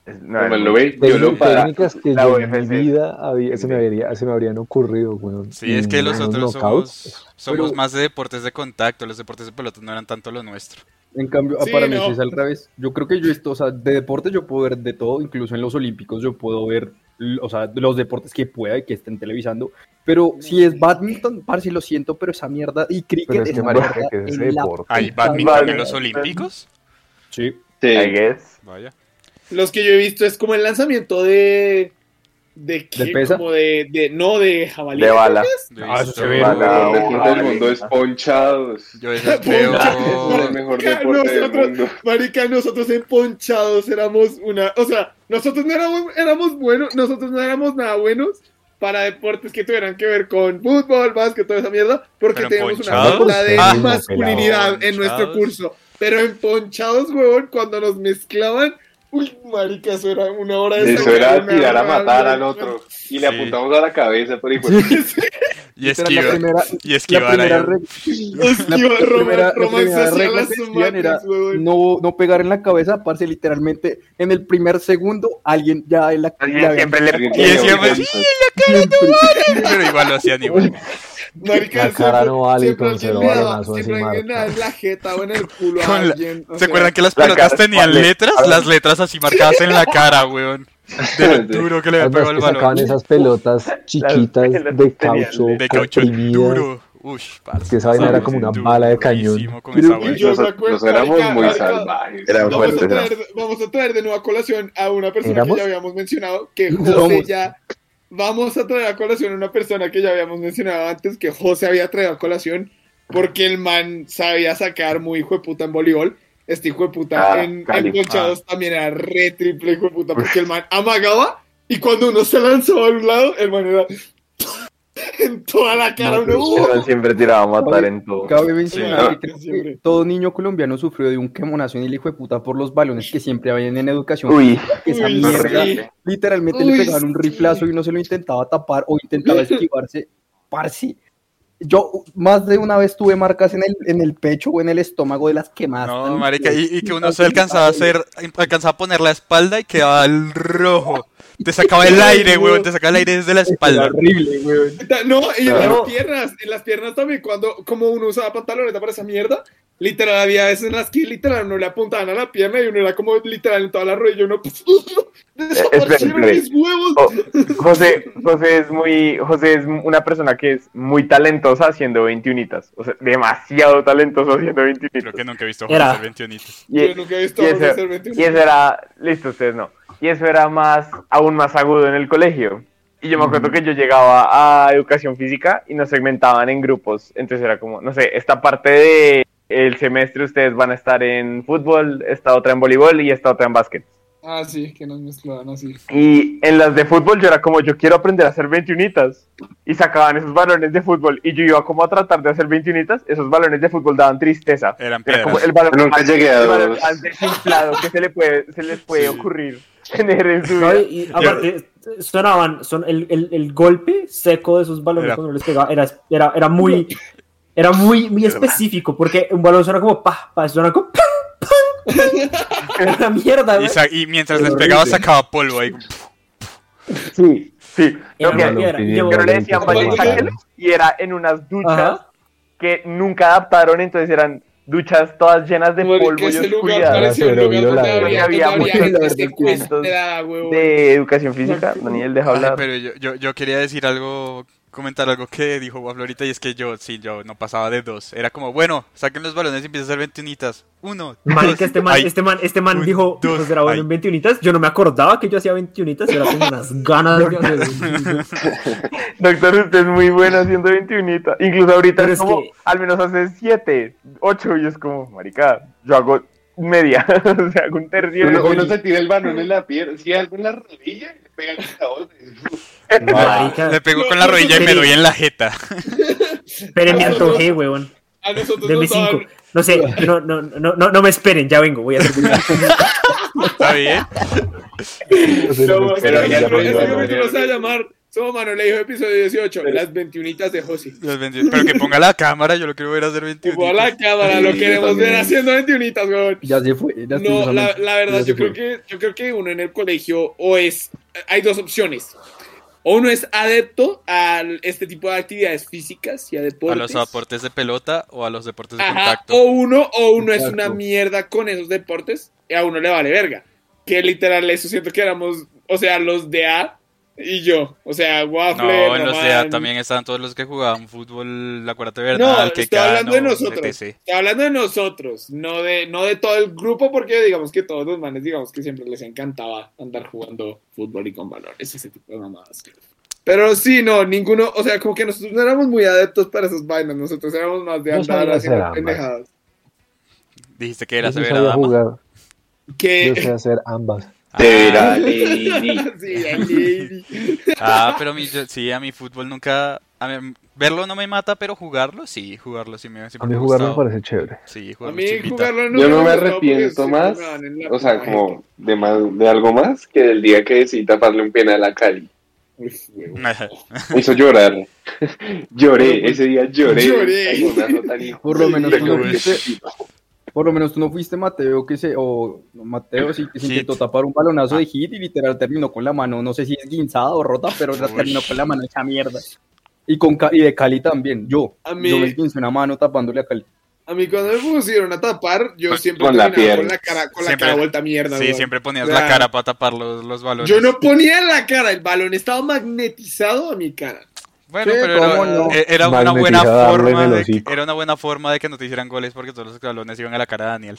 S5: Es- no,
S6: Como
S5: es-
S6: lo ve, yo lo
S3: técni-
S6: para.
S3: técnicas que
S5: la
S3: yo en mi
S5: UFC.
S3: vida había- se, me habría- se me habrían ocurrido, weón.
S4: Sí, es que
S3: Y
S4: los
S3: unos
S4: otros
S3: knockouts.
S4: somos, somos
S8: Pero-
S4: más de deportes de contacto. Los deportes de pelota no eran tanto lo nuestro.
S8: En cambio, ah,
S2: Sí,
S8: para mí
S2: no.
S8: sí es al revés. Yo creo que yo esto, o sea, de deporte yo puedo ver de todo, incluso en los olímpicos yo puedo ver, l- o sea, de los deportes que pueda y que estén televisando. Pero si es badminton, parce, lo siento, pero esa mierda y cricket
S3: Pero es
S8: esa
S3: que, marica,
S8: mierda
S3: que es
S8: en la- Ah,
S3: deporte.
S4: ¿Hay badminton
S5: vale.
S4: en los olímpicos?
S8: Sí.
S6: Sí.
S5: I guess.
S4: Vaya.
S2: Los que yo he visto es como el lanzamiento de. ¿De qué?
S8: ¿De pesa?
S2: Como de, de- No, de jabalí.
S5: De bala.
S4: Yo he
S8: Ah, eso
S4: visto-
S8: se ve.
S6: El mejor
S5: Vale,
S6: deporte del
S5: vale.
S6: mundo es ponchados.
S4: Yo a veces
S6: Es el
S4: veo.
S6: mejor
S2: Marica,
S6: deporte del
S2: nosotros-
S6: mundo.
S2: Marica, nosotros emponchados éramos una. O sea, nosotros no éramos, éramos buenos, nosotros no éramos nada buenos para deportes que tuvieran que ver con fútbol, básquet, toda esa mierda, porque
S4: Pero
S2: teníamos una
S4: emponchados.
S2: falta de
S4: Ah,
S2: masculinidad en nuestro
S4: emponchados.
S2: curso. Pero emponchados, huevón, cuando nos mezclaban. Uy, marica, eso era una hora de
S6: Eso
S2: sacar
S6: era
S2: una
S6: tirar a
S2: rabia,
S6: matar al
S2: huevón.
S6: otro. Y le
S4: Sí.
S6: apuntamos a la cabeza, pero hijo
S4: Y
S8: Esa era la
S4: esquivar.
S8: primera,
S4: Y
S8: la
S4: esquivar ahí.
S8: primera regla.
S2: Esquiva,
S8: La primera-
S2: Román,
S8: la
S2: Román se
S8: primera
S2: hacía
S8: regla
S2: las
S8: que decían era
S2: sumatas, huevón.
S8: no, no pegar en la cabeza, parce, literalmente en el primer segundo alguien ya en la
S5: Alguien
S8: le habían-
S5: siempre le
S6: Alguien
S4: Y
S6: tiene
S4: siempre-
S6: un-
S4: Pero igual lo hacían igual.
S2: Marica,
S3: La cara
S2: siempre-
S3: no vale,
S2: siempre
S3: entonces,
S2: alguien
S3: lo vale
S2: le da-
S3: más o
S2: siempre
S3: encima.
S2: alguien le da en la jeta o en el culo a
S4: Con la-
S2: alguien. o
S4: ¿Se
S2: sea,
S4: acuerdan que las
S5: la
S4: pelotas
S5: cara-
S4: tenían
S5: vale.
S4: letras?
S5: A ver.
S4: Las letras así marcadas en la cara, weón. De lo duro que le había
S3: Además,
S4: pegado el
S3: que sacaban
S4: balón.
S3: esas pelotas chiquitas
S5: pelotas
S3: de
S5: tenían
S3: caucho
S4: De caucho
S3: comprimidas.
S4: duro. Uy, parce.
S3: Que esa vaina
S6: era
S4: Sí,
S3: como una
S4: durísimo
S3: bala de cañón.
S4: con esa
S2: Y
S4: vaina.
S2: yo me
S6: Nos-
S2: acuerdo,
S6: Nos éramos
S2: marica,
S6: muy
S2: marica,
S6: salvajes.
S5: Era
S2: Vamos a,
S5: fuerte,
S2: traer, vamos a traer de nueva colación a una persona
S3: ¿Éramos?
S2: que ya habíamos mencionado, que José
S8: Somos.
S2: ya... Vamos a traer a colación a una persona que ya habíamos mencionado antes, que José había traído a colación, porque el man sabía sacar muy hijo de puta en voleibol. Este hijo de puta
S5: Ah,
S2: en,
S5: Cali.
S2: en colchados también era re triple hijo de puta, porque el man amagaba y cuando uno se lanzaba a un lado, el man era... en toda la cara, uno... "Uh".
S5: Pero él siempre tiraba a matar en todo.
S8: Cabe mencionar
S2: Sí,
S8: que creo que
S2: siempre.
S8: todo niño colombiano sufrió de un quemonazo en el hijo de puta por los balones que siempre habían en educación.
S5: Uy,
S8: que esa
S2: Uy,
S8: mierda,
S2: sí.
S8: literalmente
S2: Uy,
S8: le pegaban un
S2: sí.
S8: riflazo y uno se lo intentaba tapar o intentaba esquivarse. Parce, yo más de una vez tuve marcas en el, en el pecho o en el estómago de las quemadas.
S4: No, marica, y, y que uno se alcanzaba a hacer, alcanzaba a poner la espalda y quedaba el rojo. Te sacaba el aire, weón, te sacaba el aire desde la espalda.
S8: Horrible, weón.
S2: Ta- No, y en
S5: Claro.
S2: las piernas, en las piernas también, cuando como uno usaba pantaloneta para esa mierda, literal había veces en las que literal no le apuntaban a la pierna y uno era como literal en toda la rodilla, uno pues, desaparecieron
S5: espera.
S2: mis huevos.
S5: Oh, José, José es muy, José es una persona que es muy talentosa haciendo 21itas, o sea, demasiado talentoso haciendo 21itas.
S4: Creo que nunca he visto a
S7: Era.
S4: José 21
S5: Y, e-
S2: Yo nunca he visto
S5: y
S2: a
S5: eso-
S2: José ser 21.
S5: y e- eso era, listo, ustedes no. Y eso era más, aún más agudo en el colegio. Y yo me acuerdo que yo llegaba a educación física y nos segmentaban en grupos. Entonces era como, no sé, esta parte de el semestre ustedes van a estar en fútbol, esta otra en voleibol y esta otra en básquet.
S2: Ah, sí, que nos mezclaban así.
S5: Y en las de fútbol yo era como, yo quiero aprender a hacer 21itas. Y sacaban esos balones de fútbol y yo iba como a tratar de hacer 21itas. Esos balones de fútbol daban tristeza.
S4: Eran
S5: Era como
S4: piedras.
S5: el balón
S6: Nunca
S5: más-
S6: llegué a
S5: el balón
S6: dos.
S5: más desinflado que se le puede, se les puede
S4: Sí.
S5: ocurrir tener en su
S7: No,
S5: vida.
S7: y, y aparte, sonaban, son el, el- el golpe seco de sus balones
S4: Era-
S7: cuando les pegaba era, era, era muy, era muy, muy específico, porque un balón suena como pa, pa, suena como pam, pam, pam. Era una mierda,
S4: Y,
S7: güey.
S4: sa- y mientras
S7: Pero
S4: les pegaba
S7: horrible.
S4: sacaba polvo ahí.
S5: Sí, sí. Yo
S7: Era
S5: que,
S7: una piedra. Y yo-
S5: que no le decían
S2: Balón
S5: baño y
S2: Sáquelo.
S5: sáquelo, y era en unas duchas
S7: Ajá.
S5: que nunca adaptaron, entonces eran duchas todas llenas de
S2: Marica,
S5: polvo y
S2: ese lugar
S5: oscuridad.
S2: parecía un
S3: Ahora se
S2: lugar
S3: lo vio
S2: donde
S3: la
S2: había,
S5: verdad.
S2: donde
S5: Había
S2: había
S5: muchos
S2: gente secuestrada, huevón.
S5: de educación física, Daniel, deja
S4: Ay,
S5: hablar.
S4: pero yo, yo, yo quería decir algo, comentar algo que dijo Waffle ahorita y es que yo, sí, yo no pasaba de dos. Era como, bueno, saquen los balones y empieza a hacer ventunitas. Uno, dos,
S7: Marica, este man,
S4: ay,
S7: este man, este man
S4: un,
S7: dijo,
S4: dos,
S7: pues era bueno
S4: ay.
S7: en 21 Yo no me acordaba que yo hacía 21 y era como unas ganas de hacer 21itas.
S5: Doctor, usted es muy bueno haciendo 21. Incluso ahorita
S7: Pero
S5: es
S7: es
S5: como,
S7: que-
S5: al menos hace 7, 8 y es como, marica, yo hago media, o sea, hago un tercio.
S6: Uno,
S5: de-
S6: uno se tira el balón en la pierna, si algo en la rodilla, le pega con la otra.
S7: Marica,
S4: ah, le pegó con la rodilla y me doy en la jeta.
S7: pero me antojé, weón.
S2: A nosotros
S7: De mi
S2: nos daban-
S7: 5. No sé, no, no, no, no, no me esperen, ya vengo, voy a hacer
S4: ¿Está bien?
S2: No,
S6: Pero
S2: este
S6: ya
S2: capítulo-
S6: no,
S2: este
S6: ya no,
S2: capítulo
S6: ya
S2: se va a llamar Somos Manolejo, episodio 18, las 21 de Josi.
S4: Los 21. Pero que ponga la cámara, yo lo quiero ver hacer 21.
S2: Como a la cámara, lo queremos ver haciendo 21itas, weón.
S8: Ya se fue.
S2: No, la, la verdad, yo creo,
S8: que
S2: que, yo creo que uno en el colegio o es... Hay dos opciones. O uno es adepto a este tipo de actividades físicas y a
S4: A
S2: deportes.
S4: los deportes de pelota o a los deportes de
S2: Ajá, oh,
S4: contacto.
S2: o uno, o uno es
S8: Exacto.
S2: una mierda con esos deportes y a uno le vale verga. Que literal, eso siento que éramos, o sea, los de A y yo. O sea, Waffle,
S4: No, en los
S2: Román.
S4: de A también estaban todos los que jugaban fútbol, la cuarta
S2: No,
S4: verdad, que
S2: estoy hablando de
S4: Cano,
S2: nosotros.
S4: etc.
S2: Estoy hablando de nosotros, no de, no de todo el grupo, porque digamos que todos los manes, digamos que siempre les encantaba andar jugando fútbol y con valores, ese tipo de mamadas. Pero sí, no, ninguno, o sea, como que nosotros no éramos muy adeptos para esas vainas, nosotros éramos más de
S3: No
S2: andar
S3: sabía hacer
S2: haciendo
S3: ambas.
S2: pendejadas.
S4: Dijiste que era
S3: Yo sí
S4: severa
S3: sabía
S4: dama.
S3: jugar,
S2: Que
S3: yo sé hacer ambas.
S4: Ah,
S2: Sí, ay, baby.
S4: ah, pero mi, yo- sí, a mi fútbol nunca... A mí- verlo no me mata, pero jugarlo sí, jugarlo sí me
S3: A
S4: siempre
S3: mí
S4: me ha
S3: jugar me
S4: gustado.
S3: parece chévere.
S4: Sí,
S2: A
S4: jugarlo
S2: mí
S4: sí invita.
S2: jugarlo nunca
S6: Yo no me
S2: gustó porque
S6: arrepiento
S2: siempre
S6: más,
S2: me daban en la
S6: o sea,
S2: puta
S6: como de, más, de algo más que del día que decidí taparle un penal a Cali.
S2: gente.
S6: Me hizo llorar. lloré, ese día lloré.
S2: Lloré.
S6: Ay, me hago tan hijo
S8: Por lo
S6: de
S8: menos
S6: puta
S8: tú no
S6: que
S8: fuiste-
S6: soy.
S8: Por lo menos tú no fuiste Mateo que se, o no, Mateo sí que se
S4: Hit.
S8: intentó tapar un
S4: Ah.
S8: balonazo de hit y literal terminó con la mano, no sé si es guinzada o rota, pero la
S4: Uy.
S8: terminó con la mano hecha mierda. Y con Ca- y de Cali también, yo,
S2: A mí-
S8: yo me esguincé una mano tapándole a Cali.
S2: A mí cuando me pusieron a tapar, yo
S4: Con-
S2: siempre
S6: Pues, con la
S2: terminaba con
S6: pierna.
S2: la cara, con
S4: Siempre-
S2: la cara vuelta a mierda.
S4: Sí,
S2: weón.
S4: siempre ponías
S2: O
S4: la
S2: sea,
S4: cara para tapar los, los balones.
S2: Yo no ponía la cara, el balón estaba magnetizado a mi cara.
S4: Bueno,
S8: Sí,
S4: pero era,
S8: cómo no.
S4: eh, era una buena
S3: Magnetizada,
S4: forma
S3: duele el
S4: de que,
S3: hocico.
S4: era una buena forma de que no te hicieran goles porque todos los balones iban a la cara de Daniel.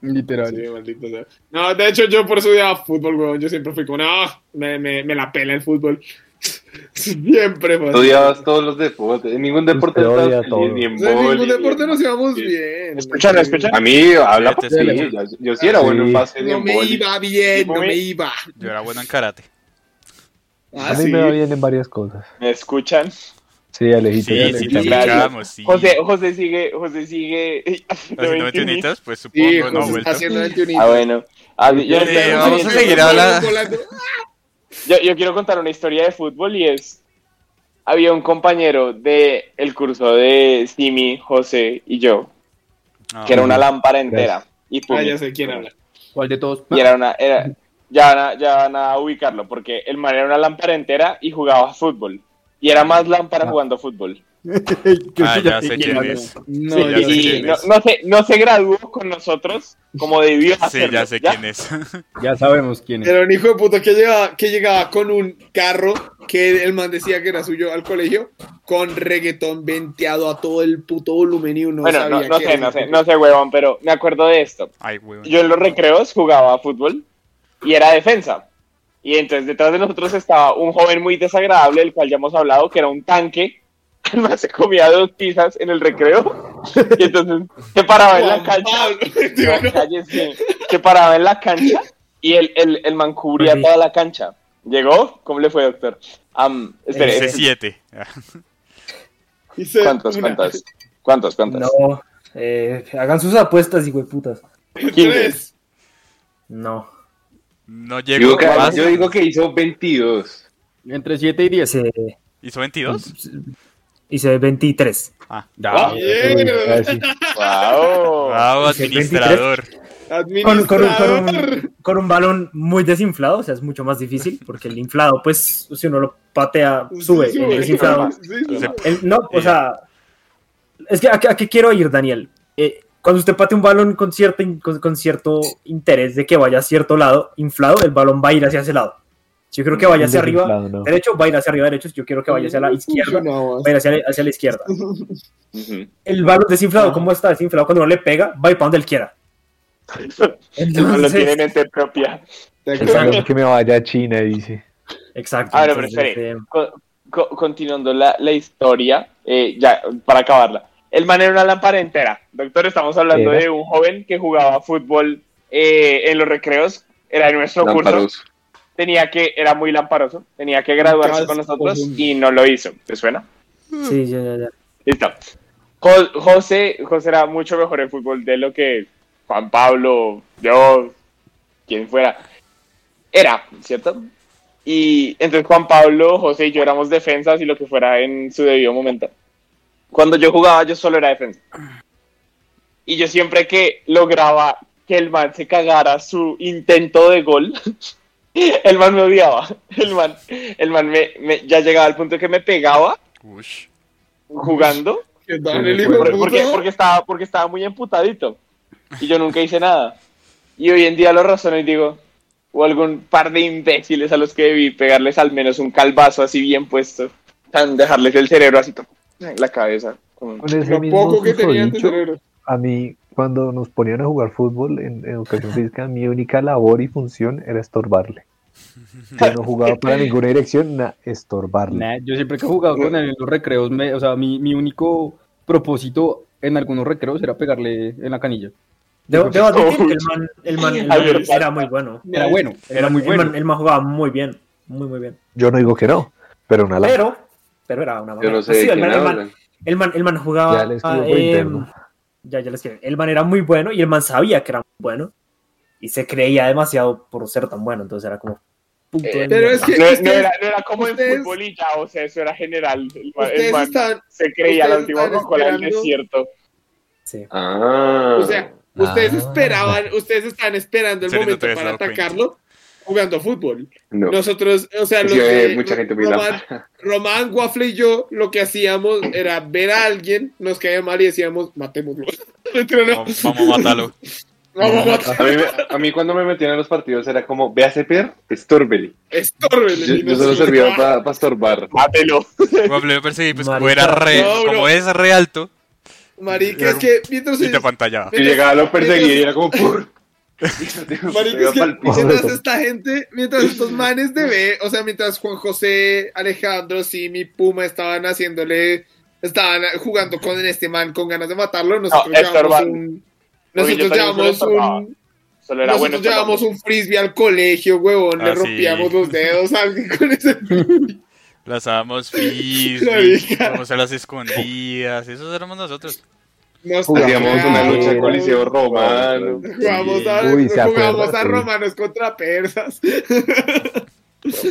S8: Literal.
S2: Sí, maldito sea. No, de hecho yo por eso odiaba fútbol, weón. Yo siempre fui como, no, me, me, me la pela el fútbol. siempre, weón.
S6: Odiabas todos los deportes. En ningún deporte
S3: Usted
S6: estabas
S3: odia
S6: feliz,
S3: todo.
S6: ni en
S2: O sea, en
S6: boli,
S2: ningún
S6: ni en-
S2: deporte nos íbamos
S6: Sí.
S2: bien.
S5: Escuchan, escuchan.
S6: A mí, habla
S4: Sí, te
S6: por mí,
S4: escucho.
S6: Yo, yo sí era bueno en
S3: Sí.
S6: pase ni
S2: No
S6: en
S2: me
S6: boli.
S2: iba bien, no me iba.
S4: Yo era bueno en karate.
S2: Ah,
S3: A mí
S2: sí.
S3: me va bien en varias cosas.
S5: ¿Me escuchan?
S3: Sí,
S4: Sí,
S3: Alejito.
S4: sí,
S3: ya le-
S4: te
S5: Alejandro.
S4: escuchamos, sí.
S5: José, José sigue, José sigue.
S4: Haciendo 21itas, pues supongo,
S2: Sí,
S4: no,
S2: José,
S4: vuelta.
S2: haciendo 21.
S5: Ah, bueno. Ah, yo,
S4: Sí,
S5: yo-
S4: vamos a seguir
S2: Estamos
S4: hablando.
S2: volando.
S5: yo- yo quiero contar una historia de fútbol y es, había un compañero de el curso de Simi, José y yo,
S4: No.
S5: Ah, que era una lámpara entera. Y
S2: Ah,
S5: pum,
S2: ya sé quién habla.
S8: ¿Cuál de todos?
S5: Y era una. Era, ya, van a, ya van a ubicarlo, porque el man era una lámpara entera y jugaba fútbol. Y era más lámpara
S2: Ah.
S5: jugando fútbol.
S8: Creo
S4: Ah,
S8: que
S4: ya sé quién
S8: habla.
S4: es.
S2: No,
S4: Sí, ya
S2: yo
S4: sé
S5: y
S4: quién
S5: no,
S4: es.
S5: no se, no se graduó con nosotros como debió hacerlo.
S4: Sí, ya sé quién es.
S8: Ya sabemos quién es.
S2: Era un hijo de puta que llegaba, que llegaba con un carro que el man decía que era suyo al colegio, con reggaetón venteado a todo el puto volumen y uno
S5: Bueno, no,
S2: sabía
S5: no
S2: que
S5: sé,
S2: era
S5: no
S2: su-
S5: sé, no sé, huevón, pero me acuerdo de esto.
S4: Ay, weón.
S5: Yo en los recreos jugaba fútbol y era defensa. Y entonces detrás de nosotros estaba un joven muy desagradable, del cual ya hemos hablado, que era un tanque. El man se comía dos pizzas en el recreo. Y entonces se paraba en la
S2: Juan
S5: cancha.
S2: Pablo, digo,
S5: No,
S2: no.
S5: cállese. Se paraba en la cancha y el, el, el man cubría
S7: Ujú.
S5: toda la cancha. ¿Llegó? ¿Cómo le fue, doctor? Am, espere,
S7: Ese
S5: es-
S4: C7.
S2: Y se-
S5: ¿cuántos,
S2: una,
S5: cuántos? ¿Cuántos, cuántos?
S7: No, eh, hagan sus apuestas, hijo de putas.
S2: Tres.
S7: No.
S4: No
S6: Yo
S4: llegó
S6: digo, que,
S4: más.
S6: yo digo que hizo 22.
S8: Entre 7 y 10.
S7: Hice,
S4: ¿Hizo 22?
S7: hice 23. Ah,
S8: Ya.
S2: Yeah.
S3: Así.
S6: ¡Wow!
S4: Bravo,
S7: Hice
S4: administrador.
S7: Con, con un, con un-
S2: Administrador.
S7: con un balón muy desinflado, o sea, es mucho más difícil, porque el inflado, pues, si uno lo patea, sube.
S2: Sí,
S7: el desinflado,
S2: sí, sí.
S4: Se-
S7: El- no, o
S4: Eh.
S7: sea, es que ¿a, qué- a qué quiero ir, Daniel? Eh, cuando usted patea un balón con cierto, in- con, con cierto interés de que vaya a cierto lado inflado, el balón va a ir hacia ese lado. Si yo creo que vaya hacia arriba
S3: Desinflado, no.
S7: derecho, va a ir hacia arriba derecho. Si yo quiero que vaya hacia la izquierda, va
S2: Funcionaba.
S7: a ir hacia, hacia la izquierda.
S6: Ujú.
S7: El balón desinflado, ¿cómo está desinflado? Cuando uno le pega, va a ir para donde él quiera.
S5: No lo tiene
S7: Entonces,
S5: mente propia.
S2: ¿Te
S3: El
S2: acuerdas?
S3: balón que me vaya a China, dice.
S7: exacto.
S5: Ahora, pero
S7: entonces,
S5: espere.
S7: eh,
S5: Co- co- continuando la, la historia, eh, ya para acabarla. El man era una lámpara entera. Doctor, estamos hablando
S3: Era.
S5: de un joven que jugaba fútbol eh, en los recreos. Era de nuestro curso.
S6: Lamparoso.
S5: Tenía que, era muy lamparoso. Tenía que graduarse con nosotros
S2: profundo.
S5: y no lo hizo. ¿Te suena?
S7: sí, ya, ya, ya.
S5: Listo. Jo- José, José era mucho mejor en fútbol de lo que Juan Pablo, yo, quien fuera. Era, ¿cierto? Y entonces Juan Pablo, José y yo éramos defensas y lo que fuera en su debido momento. Cuando yo jugaba, yo solo era defensa. Y yo siempre que lograba que el man se cagara su intento de gol, el man me odiaba. El man, el man me, me- ya llegaba al punto que me pegaba
S4: Ush.
S5: jugando
S2: ¿Qué tal el hijo de
S5: por- porque,
S2: puta?
S5: porque estaba, porque estaba muy emputadito. Y yo nunca hice nada. Y hoy en día lo razono y digo, o algún par de imbéciles a los que debí pegarles al menos un calvazo así bien puesto. Tan dejarles el cerebro así, en la cabeza. como-
S3: Con ese
S2: Lo
S3: mismo
S2: poco que tenía en tu
S3: susodicho,
S2: cerebro.
S3: a mí, cuando nos ponían a jugar fútbol en, en educación física, mi única labor y función era estorbarle. Yo no jugaba para ninguna dirección, na, estorbarle.
S8: Nah, yo siempre que he jugado con él en los recreos, me- o sea, mi, mi único propósito en algunos recreos era pegarle en la canilla.
S7: Debo, debo admitir que el man, el man- el man
S5: Ay, pero-
S7: era muy bueno.
S8: Era bueno,
S7: El
S8: Eh, era
S7: man-
S8: muy
S7: el
S8: bueno.
S7: man- el man jugaba muy bien, muy, muy bien.
S3: Yo no digo que no, pero una la-
S7: Pero, pero era una
S6: Yo
S7: manera. Pues
S6: no sé
S7: Sí,
S6: de
S7: el,
S6: quién
S7: man, el, man-
S6: hablan.
S7: el man- el man jugaba.
S3: Ya le escribo por
S7: eh,
S3: interno.
S7: Ya, ya le escribí. El man era muy bueno y el man sabía que era muy bueno. Y se creía demasiado por ser tan bueno. Entonces era como. Punto de
S2: Pero es
S7: mierda.
S2: que
S5: No,
S2: ustedes,
S5: no era, no era como
S2: ustedes-
S5: en fútbol y ya, o sea, eso era general. El, ma- el
S2: ustedes
S5: man
S2: están,
S5: se creía la
S2: ustedes
S5: última
S2: están
S5: Coca-Cola del
S2: esperando-
S5: desierto.
S7: Sí.
S6: Ah.
S2: o sea, ustedes
S3: Ah.
S2: esperaban, ustedes estaban esperando el
S4: Sí, no te
S2: momento
S4: habías
S2: para
S4: dado cuenta.
S2: atacarlo jugando fútbol.
S6: no.
S2: Nosotros, o sea, los
S6: Sí,
S2: de-
S6: eh, mucha gente muy
S2: Román,
S6: lámpara.
S2: Román, Waffle y yo, lo que hacíamos era ver a alguien, nos caía mal y decíamos, matémoslo. Mentira, no.
S4: Vamos vamos a matarlo.
S2: Vamos a matar.
S6: A mí, me- a mí cuando me metían a los partidos era como, ve a Ceper, estórbele.
S2: Estórbele.
S6: Yo, yo solo
S2: Ah,
S6: servía para estorbar.
S5: Mátelo.
S4: Guaple, yo perseguí, pues como
S7: Marica.
S4: era re,
S2: No, bro.
S4: como es re alto, Este
S2: Marica, es que mientras
S4: y te apantallaba.
S6: Yo llegaba, lo perseguía y era como, ¡pur!
S2: Marica, es que
S3: piso.
S2: mientras esta gente, mientras estos manes de B, o sea, mientras Juan José, Alejandro, Simi, Puma estaban haciéndole, estaban jugando con este man con ganas de matarlo, nosotros
S5: No,
S2: llevamos
S5: estorban.
S2: un.
S5: Oye, yo
S2: Nosotros
S5: también
S2: llevamos
S5: solo estorbaba.
S2: un.
S5: Solo era bueno.
S2: nosotros llevamos un frisbee al colegio, huevón, le
S4: Ah, sí.
S2: rompíamos los dedos a alguien con ese.
S4: Lanzábamos
S2: Marica.
S4: frisbees, vamos a las escondidas, esos éramos nosotros.
S2: Nos
S6: Hacíamos una
S2: tapeaban,
S6: lucha
S3: Ay,
S6: coliseo romano.
S2: Jugamos a,
S3: Uy, se
S2: jugamos
S3: acuerda,
S2: a
S3: sí.
S2: romanos contra persas.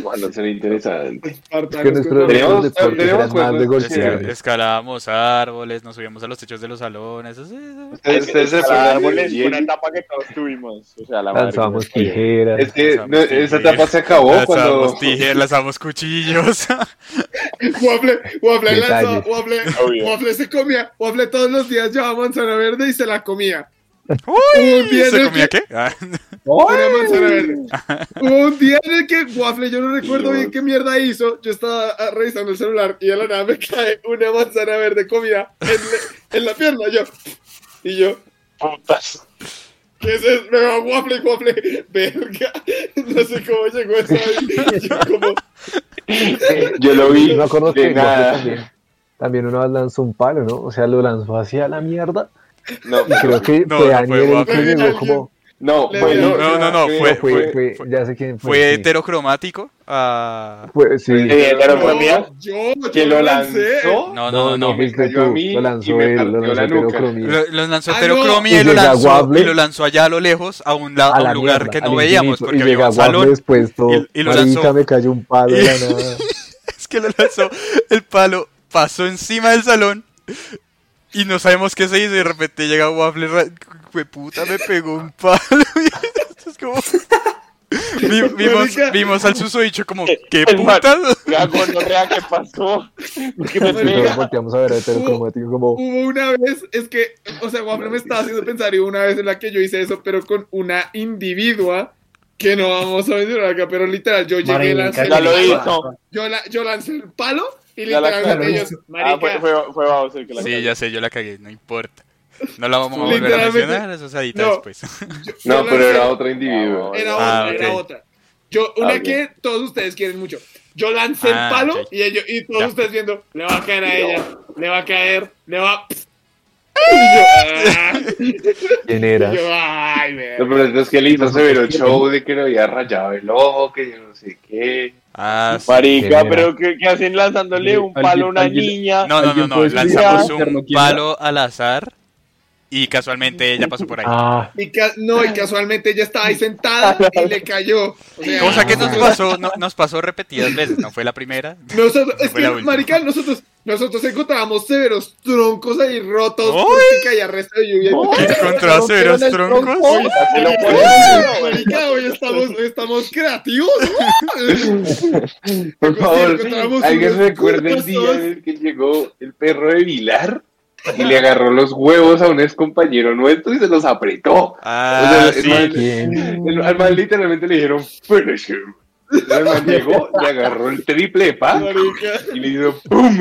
S6: Bueno, será interesante.
S3: Es que
S2: espartanos
S3: nuestros
S2: contra-
S6: Teníamos-
S3: deportes
S6: teníamos
S3: eran más de
S6: juegos
S4: Esca-
S6: chéveres.
S3: golpear.
S4: escalábamos árboles, nos subíamos a los techos de los salones, eso sí.
S6: Ustedes, ustedes se
S5: Para
S6: fueron
S5: árboles
S6: y-
S5: fue una etapa que todos tuvimos. O sea, la madre que
S3: Lanzábamos
S5: nos parió.
S3: tijeras.
S6: Es que
S4: Lanzamos
S6: no, esa
S4: tijeras.
S6: etapa se acabó Oh, cuando.
S4: Lanzábamos tijeras, lanzábamos cuchillos.
S2: Waffle, Waffle lanzó,
S3: Detalles.
S2: Waffle,
S5: Obvio.
S2: Waffle se comía, Waffle todos los días llevaba manzana verde y se la comía.
S4: Uy,
S2: Un día en
S4: ¿Se
S2: el
S4: comía
S2: que-
S4: qué? Ah,
S2: Una manzana verde. Hubo un día en el que Waffle, yo no recuerdo bien qué mierda hizo, yo estaba ah, revisando el celular y de la nada me cae una manzana verde comida en, la- en la pierna, yo. Y yo,
S5: Putas.
S2: ¿qué es eso? Me va Waffle, Waffle, verga. No sé cómo llegó eso ahí. Yo como,
S6: Yo lo vi.
S3: Yo me acuerdo
S6: de
S3: que
S6: nada.
S3: también, también una vez lanzó un palo, ¿no? O sea, lo lanzó hacia la mierda.
S6: No,
S3: Y creo que
S4: No,
S3: fue
S4: no
S3: Daniel
S4: fue
S3: el que
S2: Guapo.
S3: llegó como,
S6: No,
S2: Le
S6: fue,
S2: dio-
S6: no,
S4: No, no, no,
S6: fue-
S4: fue,
S3: Fue,
S4: fue,
S3: fue,
S4: fue-
S3: ya sé quién fue.
S4: fue
S3: sí.
S4: heterocromático. ah,
S3: Fue- sí.
S6: Eh, pero fue
S2: No,
S6: mía.
S2: Yo,
S6: Que
S2: yo
S6: lo
S2: lancé.
S6: lanzó.
S4: no, no, no. no.
S6: me
S3: fuiste
S6: cayó a
S3: tú,
S6: mí
S3: lo
S6: y
S3: lanzó
S6: me
S3: él, lo
S6: partió la
S3: lanzó
S6: nuca.
S3: heterocromía.
S4: Lo- Los lanzó
S2: Ah,
S4: heterocromía
S3: no.
S4: y, lo
S3: Y llega
S4: lanzó,
S3: Waffle.
S4: y lo lanzó allá a lo lejos, a un, la- a un lugar
S3: mierda,
S4: que no
S3: al
S4: veíamos,
S3: infinito.
S4: porque
S3: y
S4: había
S3: llega
S4: un salón.
S3: después todo.
S4: y- y lo
S3: Marica,
S4: lanzó.
S3: me cayó un palo de la
S4: Y-
S3: nada.
S4: Es que lo lanzó, el palo pasó encima del salón y no sabemos qué se hizo y de repente llega Waffle, ra- Jue puta, me pegó un palo. y es como- Vi- vimos,
S2: Marica.
S4: vimos al suso dicho como, ¿qué
S5: El man-
S4: putas?
S5: La gonorrea que pasó. ¿Qué me
S3: Y todos
S5: pega?
S3: volteamos a ver a heterocromático como...
S2: Hubo una vez, es que, o sea, Waffle me estaba haciendo pensar y hubo una vez en la que yo hice eso, pero con una individua que no vamos a mencionar acá, pero literal, yo llegué
S7: Marica,
S2: lancé el
S5: Ya lo
S2: palo,
S5: hizo.
S2: Yo, la, yo lancé el palo y
S5: Ya la
S2: literalmente
S5: cagaron.
S2: ellos,
S5: Ah,
S2: marica,
S5: fue, fue, fue Bowser que la
S4: Sí,
S5: cagó.
S4: ya sé, yo la cagué, no importa. No la vamos a volver a
S2: Literalmente-
S4: mencionar, eso se edita
S2: No.
S4: después.
S2: yo
S6: No, pero
S2: lancé-
S6: era otro individuo.
S5: No,
S2: Era
S4: Ah,
S2: otra, era
S4: ok.
S2: otra. Yo, una
S5: Ah, ok.
S2: que todos ustedes quieren mucho. Yo lancé
S4: Ah,
S2: el palo
S4: ok.
S2: y, ellos, y todos
S4: Ya.
S2: ustedes viendo, le va a caer a ella, le va a caer, le va... Y yo,
S3: ¿Quién
S2: ah,
S3: eras?
S2: y yo, ay, verga.
S6: No, pero es que él hizo severo show de que le había rayado el ojo, que yo no sé qué.
S4: Ah, sí.
S5: Marica,
S3: Genera.
S5: pero ¿qué, qué hacen lanzándole un
S8: Alguien-
S5: palo a una
S8: alguien-
S5: niña?
S4: No, no, no,
S8: ¿Alguien
S4: no,
S8: puede
S4: lanzamos
S8: explicar?
S4: un
S8: ¿Quién?
S4: palo al azar y casualmente ella pasó por ahí.
S3: Ah,
S2: Y ca- no, y casualmente ella estaba ahí sentada y le cayó. O sea,
S4: Cosa que
S8: Ah.
S4: nos pasó, no- nos pasó repetidas veces, no fue la primera.
S2: Nosotros, es
S4: Fue
S2: que,
S4: la última.
S2: marica, nosotros, nosotros encontrábamos severos troncos ahí rotos
S4: ¡Ay!
S2: porque caía resto de lluvia.
S4: Contra ceros troncos.
S2: Oye,
S5: Se lo
S2: marica,
S5: puedo-
S2: marica, hoy estamos, hoy estamos creativos, ¿no?
S6: Por
S2: Sí,
S6: favor,
S2: encontramos
S6: alguien
S2: unos
S6: recuerda el
S2: huesos.
S6: día en el que llegó el perro de Vilar y le agarró los huevos a un ex compañero nuestro y se los apretó.
S4: Ah,
S6: O sea, el
S4: sí.
S6: man-
S3: ¿quién?
S6: el- al man literalmente le dijeron, finish him. El man llegó, le agarró el triple de
S4: Ah.
S6: pa
S2: Marica.
S6: y le hizo ¡pum!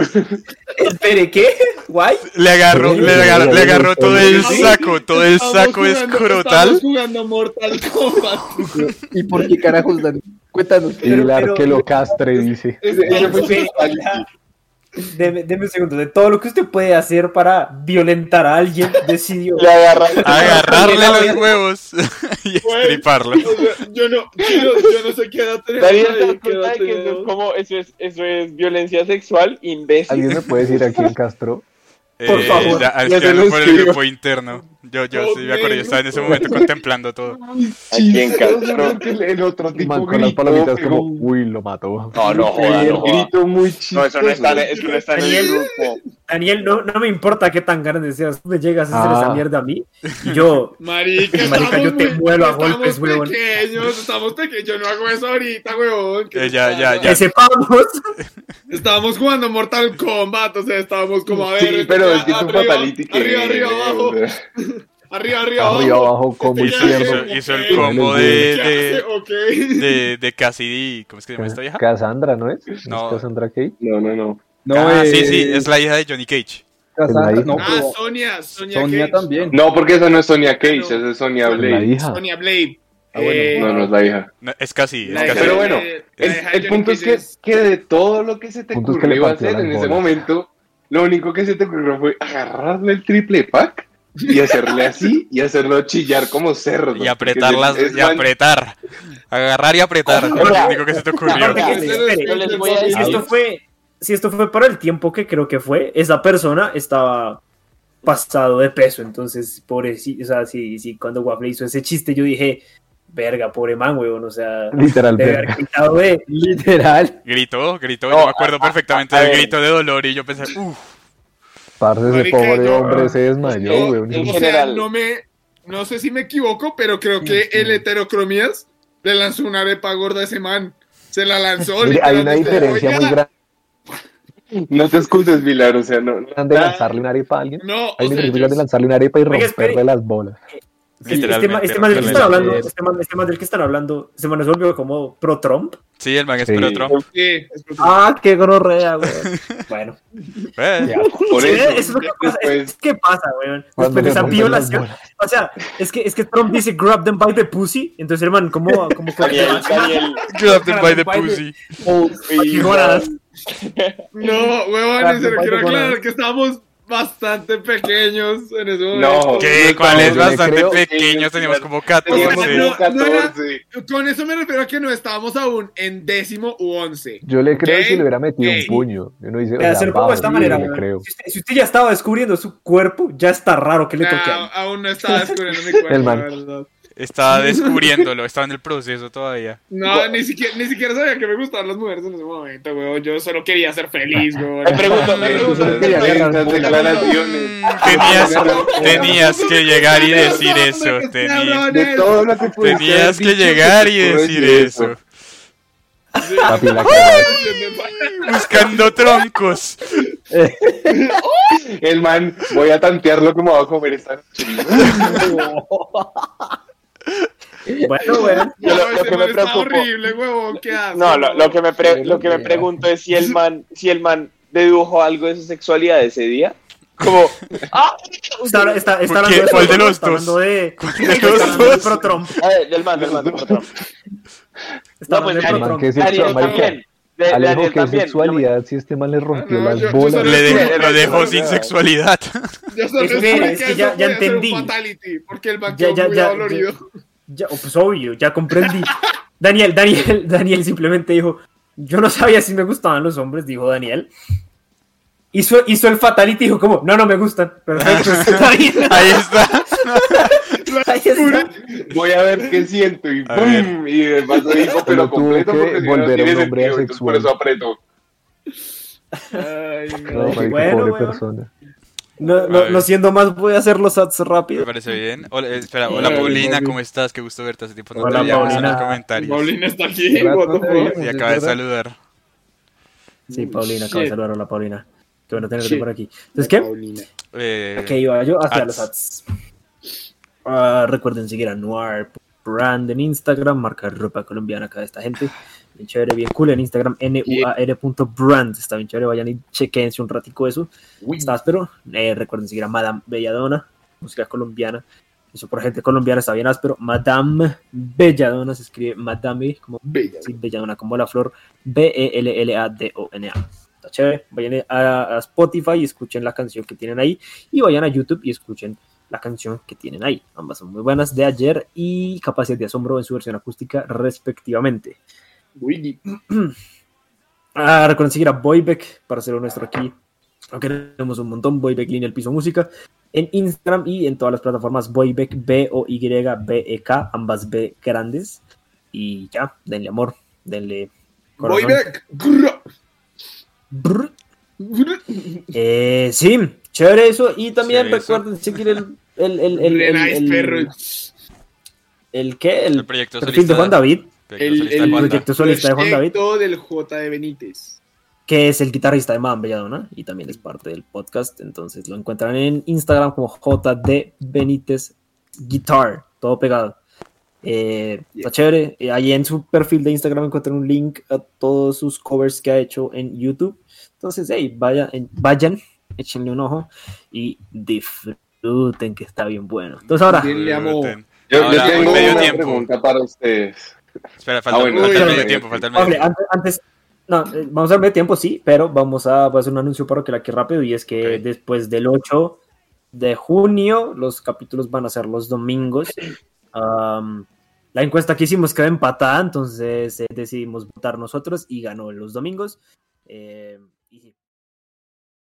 S7: Espere, ¿qué? ¿Guay?
S4: Le agarró, le agarró, le agarró todo el
S2: Estamos-
S4: saco, todo el
S2: estamos
S4: saco
S2: jugando-
S4: escrotal.
S2: Estamos jugando Mortal Kombat.
S8: ¿Y por qué carajos, Dani? Cuéntanos.
S3: Y el ar que lo castre, dice.
S6: Ese, ese fue su-
S7: Deme, deme un segundo. De todo lo que usted puede hacer para violentar a alguien, decidió.
S5: Le agarran.
S4: Agarrarle los huevos y estriparlo.
S2: O sea, yo no, yo no, yo no sé qué edad tenemos
S5: Daniel,
S2: ahí,
S5: ¿te das
S2: qué edad
S5: cuenta de que eso es
S2: tenemos.
S5: como, eso es, eso es violencia sexual, imbécil?
S3: ¿Alguien me puede decir a quién castró?
S7: Por
S4: Eh,
S7: favor,
S4: ya-
S6: ya se
S4: Escribirlo
S6: los
S4: por el
S6: escribo.
S4: grupo interno. Yo, yo sí me acuerdo, yo estaba en ese momento contemplando todo.
S5: ¿A quién castró?
S6: que el- el otro tipo
S3: Man, con las
S6: gritó,
S3: palomitas
S6: pegó
S3: como,
S6: un
S3: uy, lo mató.
S5: No, no joda, no
S6: un
S5: joda.
S6: grito muy
S5: No, eso no está,
S6: chistoso.
S5: eso no está en el grupo.
S7: Daniel, no, no me importa qué tan grande seas. Tú me llegas a hacer
S3: Ah.
S7: esa mierda a mí. Y yo,
S2: Marica,
S7: Marica,
S2: estamos
S7: yo te
S2: muy-
S7: muelo a
S2: estamos
S7: golpes, huevón.
S2: pequeños, estamos pequeños, yo no hago eso ahorita, huevón. ¿Qué
S4: Eh, ya,
S2: te
S4: ya,
S2: pasa?
S4: ya.
S7: que sepamos.
S2: Estábamos jugando Mortal Kombat, o sea, estábamos como a ver.
S6: Sí,
S2: este
S6: pero
S2: ya
S6: es que es un
S2: arriba,
S6: fatality que.
S2: Arriba, arriba, abajo.
S6: o sea,
S2: Arriba, arriba, abajo.
S3: Arriba, abajo, como
S2: Este ya
S3: izquierdo.
S2: llegó.
S4: Hizo, hizo
S2: Ok.
S4: el combo de,
S2: ¿Qué hace?
S4: Eh, de,
S2: Ok.
S4: de, de Cassidy. ¿Cómo es que se llama esta vieja?
S3: Cassandra, ¿no es?
S4: No.
S3: ¿Es Cassandra Kate?
S6: No, no, no.
S8: No,
S4: ah, sí,
S8: eh,
S4: sí, es la hija de Johnny Cage.
S8: Cassandra,
S3: Es la
S8: no,
S2: Ah,
S8: pero
S2: Sonia, Sonia.
S8: Sonia
S2: Cage.
S8: también.
S6: No, porque esa no es Sonia Cage, esa es Sonia
S3: La
S6: Blade.
S3: hija.
S2: Sonia Blade.
S8: Ah, bueno.
S2: Eh,
S6: No, no es la hija.
S4: No, es Cassidy, es
S2: la hija
S4: Cassidy.
S6: Pero
S2: de-
S6: bueno,
S2: la
S6: El,
S2: hija de
S6: el punto
S2: Johnny
S6: es que,
S2: Cage
S6: que de todo lo que se te
S3: Punto es que le
S6: ocurrió
S3: partió
S6: hacer en
S3: las
S6: ese
S3: bolas.
S6: momento, lo único que se te ocurrió fue agarrarle el triple pack y hacerle así y hacerlo chillar como cerdo.
S4: Y apretar las,
S6: Es- es
S4: y
S6: man-
S4: apretar. Agarrar y apretar.
S5: Ojo,
S4: Lo
S5: ojo.
S4: único que se te ocurrió.
S7: Aparte que- espere,
S5: Yo les voy a
S7: si esto
S5: decir.
S7: fue, si esto fue para el tiempo que creo que fue, esa persona estaba pasado de peso, entonces pobre, sí, o sea, sí, sí, cuando Waffle hizo ese chiste yo dije, verga, pobre man, weón, o sea,
S3: Literal,
S7: debe
S3: verga.
S7: haber quitado de
S8: Literal.
S4: Gritó, gritó,
S5: No,
S4: yo me acuerdo perfectamente
S5: a
S4: del
S5: ver.
S4: grito de dolor y yo pensé, uff,
S3: Parce, ese
S2: Marica,
S3: pobre
S2: yo-
S3: hombre se desmayó,
S5: Yo-
S3: weón.
S5: yo-
S2: Eh, O
S5: en
S2: sea,
S5: general.
S2: no me. No sé si me equivoco, pero creo que el heterocromías le lanzó una arepa gorda a ese man. Se la lanzó.
S3: Mire, hay una
S2: literalmente,
S3: diferencia
S2: oiga,
S3: muy grande
S6: No te excuses, Vilar, o sea, no. no-
S3: de lanzarle una arepa a alguien.
S2: No, o
S3: Hay una
S2: sea,
S3: diferencia grande de
S2: yo-
S3: lanzarle una arepa y
S7: Oiga, espere.
S3: romperle las bolas.
S7: Sí, este man,
S4: Literalmente,
S7: este man del que están
S4: literalmente.
S7: hablando, este man, este man del que están hablando, se man se volvió como pro Trump.
S4: sí, el man es
S3: Sí.
S4: pro Trump.
S2: sí, es porque-
S7: Ah, qué gorrea, weón. Bueno,
S4: Eh,
S6: Por
S7: Sí,
S6: eso,
S7: eso es lo que pasa,
S6: después-
S7: es que pasa, weón.
S3: Cuando
S7: Después de
S3: le
S7: esa
S3: rompen las
S7: violación,
S3: bolas.
S7: o sea, es que es que Trump dice grab them by the pussy, entonces el man como como
S5: Daniel, Daniel.
S4: Grabbed him by the pussy.
S8: O
S5: y-
S7: Jonas.
S2: No, huevón,
S8: Claro,
S2: en serio,
S8: no
S2: quiero
S3: ah,
S8: pasa nada.
S2: aclarar que estábamos bastante pequeños en ese momento.
S6: No,
S4: ¿Qué?
S6: no
S4: ¿Cuál es
S6: estábamos-
S4: bastante
S6: creo-
S4: pequeño? Teníamos como
S6: Teníamos
S4: 14.
S6: como
S2: No, no era-
S6: 14.
S2: Con eso me refiero a que no estábamos aún en décimo u once.
S3: Yo le creo
S2: Ok,
S3: si le hubiera metido
S2: ok.
S3: un puño. Yo no hice, o
S7: De
S3: sea,
S7: hacer como de esta
S3: vamos,
S7: manera,
S3: yo le
S7: weón.
S3: creo.
S7: Si usted, si usted ya estaba descubriendo su cuerpo, ya está raro que le toque
S2: Ah,
S7: a
S2: aún no estaba descubriendo mi cuerpo,
S3: El man.
S2: la verdad.
S4: Estaba descubriéndolo, estaba en el proceso todavía.
S2: No, ni siquiera, ni siquiera sabía que me gustaban las mujeres en ese momento, weón. Yo solo quería ser feliz, weón.
S5: Me pregunto,
S6: eh,
S5: me pregunto.
S6: Preguntas, preguntas, declaraciones.
S4: Mm, Tenías, tenías que llegar y decir eso.
S2: Cabrones,
S4: Tenías,
S6: De
S2: cabrones.
S6: todo lo que pudiste
S4: tenías
S6: haber
S4: que
S6: Pues dicho,
S4: llegar
S6: se
S4: y
S6: te ocurre
S4: decir eso.
S2: Sí.
S3: Papi, la
S4: Buscando troncos.
S6: El man, voy a tantearlo como va a comer esta noche.
S7: Bueno, weón.
S5: Yo lo-
S2: No,
S5: lo
S2: ese
S5: que me
S2: man está
S5: preocupó-
S2: horrible, huevón. ¿Qué haces?
S5: No, lo, lo que me pre-
S3: Sí,
S5: lo que me
S3: mira.
S5: pregunto es si el man, si el man dedujo algo de su sexualidad ese día. Como, ah,
S7: Está, está, está
S4: ¿Por
S7: hablando
S4: qué?
S7: de eso,
S4: ¿Cuál de
S7: weón,
S4: los
S7: está
S4: dos?
S7: hablando de.
S4: de
S7: está
S4: los
S7: hablando de
S4: dos?
S7: Pro Trump.
S5: a ver, del man, del man, del man.
S7: Está
S5: No, pues,
S7: hablando de
S5: Daniel,
S7: Pro Trump.
S3: que es
S5: Daniel
S3: sexual, marica.
S5: también. De-
S3: Alejo,
S5: Daniel
S3: que
S5: también.
S3: sexualidad si este man le rompió
S2: Ah, no,
S3: las
S2: yo- yo
S3: bolas.
S2: solo-
S4: Le de- lo dejó sin sexualidad.
S2: Yo solo
S7: Es que-
S2: descubrí
S7: es que
S2: eso
S7: ya- ya
S2: podía ser un
S7: entendí.
S2: fatality, porque el man
S7: Ya,
S2: Ah, quedó
S7: ya,
S2: muy
S7: ya,
S2: dolorido.
S7: Ya, oh, pues obvio, ya comprendí. Daniel, Daniel, Daniel simplemente dijo, yo no sabía si me gustaban los hombres, dijo Daniel. Hizo, hizo el fatality y dijo como, no, no me gustan. Perfecto, está bien.
S4: Ahí está.
S7: Ahí está.
S6: Voy a ver qué siento y
S4: A ver.
S6: ¡pum! Y el vaso dijo, pero
S3: Pero tuvo
S6: completo
S3: que
S6: porque si no, no
S3: volver a un
S6: tiene
S3: hombre
S6: sentido, entonces por
S3: asexual.
S6: eso apretó.
S2: Ay,
S3: No,
S2: no.
S3: marica,
S7: Bueno,
S3: pobre
S7: weón.
S3: persona.
S7: No,
S4: A
S7: no,
S4: ver.
S7: no siendo más, voy a hacer los ads
S4: Me
S7: rápido.
S4: parece bien. Hola, eh, espera, hola
S2: Hola,
S4: Paulina,
S2: Paulina.
S4: ¿cómo estás? Qué gusto verte. Hace tiempo no
S7: Hola,
S4: te veíamos en los
S7: Paulina.
S4: comentarios.
S2: Paulina está aquí,
S3: Rato
S2: what the
S3: de
S2: fuck.
S3: vida.
S4: Y acaba de
S3: ¿verdad?
S4: saludar.
S7: Sí, Paulina, acabo
S2: Shit.
S7: de saludar a la Paulina. Qué bueno tenerte
S2: Shit.
S7: por aquí. Entonces, ¿qué?
S2: Paulina.
S4: Eh,
S7: Ok, iba yo hacia
S4: Ads.
S7: los ads. Ah, recuerden seguir a Noir Brand en Instagram, marca ropa colombiana acá de esta gente. Bien chévere, bien cool en Instagram, nuar.brand. Está bien chévere, vayan y chequense un ratico eso. Está áspero. Eh, recuerden seguir a Madame Belladona, música colombiana. Eso por gente colombiana está bien áspero. Madame Belladona se escribe Madame como
S2: Bella.
S7: Sí, Belladona como la flor. E B-E-L-L-A-D-O-N-A. Está chévere. Vayan a, a Spotify y escuchen la canción que tienen ahí. Y vayan a YouTube y escuchen la canción que tienen ahí. Ambas son muy buenas de ayer y Capacidad de Asombro en su versión acústica respectivamente.
S2: Willy.
S7: Ah, recuerden seguir a Boybeck para ser nuestro aquí. Lo queremos un montón. Boybeck Línea El Piso Música. En Instagram y en todas las plataformas Boybeck B-O-Y-B-E-K. E Ambas B grandes. Y ya, denle amor. Denle. corazón.
S2: Voy back. Grr,
S7: Brr.
S2: grr.
S7: Eh, sí, chévere eso. Y también
S4: Chévere eso.
S7: recuerden seguir el. El, el, el,
S2: Re
S7: el,
S2: nice,
S7: el-
S2: perro.
S7: el qué? El,
S4: El proyecto
S7: perfil de
S4: solista.
S7: Juan David,
S4: proyecto
S2: el-
S4: solista
S2: el
S4: Juan David.
S7: proyecto solista de Juan David,
S2: Proyecto del J de Benítez.
S7: que es el guitarrista de Madame Belladona y también es parte del podcast. Entonces lo encuentran en Instagram como JD Benítez Guitar, todo pegado. Eh, Está chévere. Eh, ahí en su perfil de Instagram encuentran un link a todos sus covers que ha hecho en YouTube. Entonces, hey, vaya, en- vayan, échenle un ojo y disfruten que está bien bueno. Entonces ahora,
S2: Bien, le amo.
S4: Disfruten.
S6: Yo, yo
S4: Ahora,
S6: tengo
S4: medio
S6: una
S4: tiempo.
S6: pregunta para ustedes.
S4: Espera, falta,
S6: Ah, bueno,
S4: falta el
S2: espera,
S4: medio
S6: espera.
S4: tiempo, falta el medio
S7: Pablo,
S4: tiempo.
S7: antes, antes- no, eh, vamos a ver tiempo, sí, pero vamos a, voy a hacer un anuncio para que la que rápido y es que
S4: Ok.
S7: después del 8 de junio los capítulos van a ser los domingos. Am, la encuesta que hicimos quedó empatada, entonces eh, decidimos votar nosotros y ganó los domingos. Eh, y sí,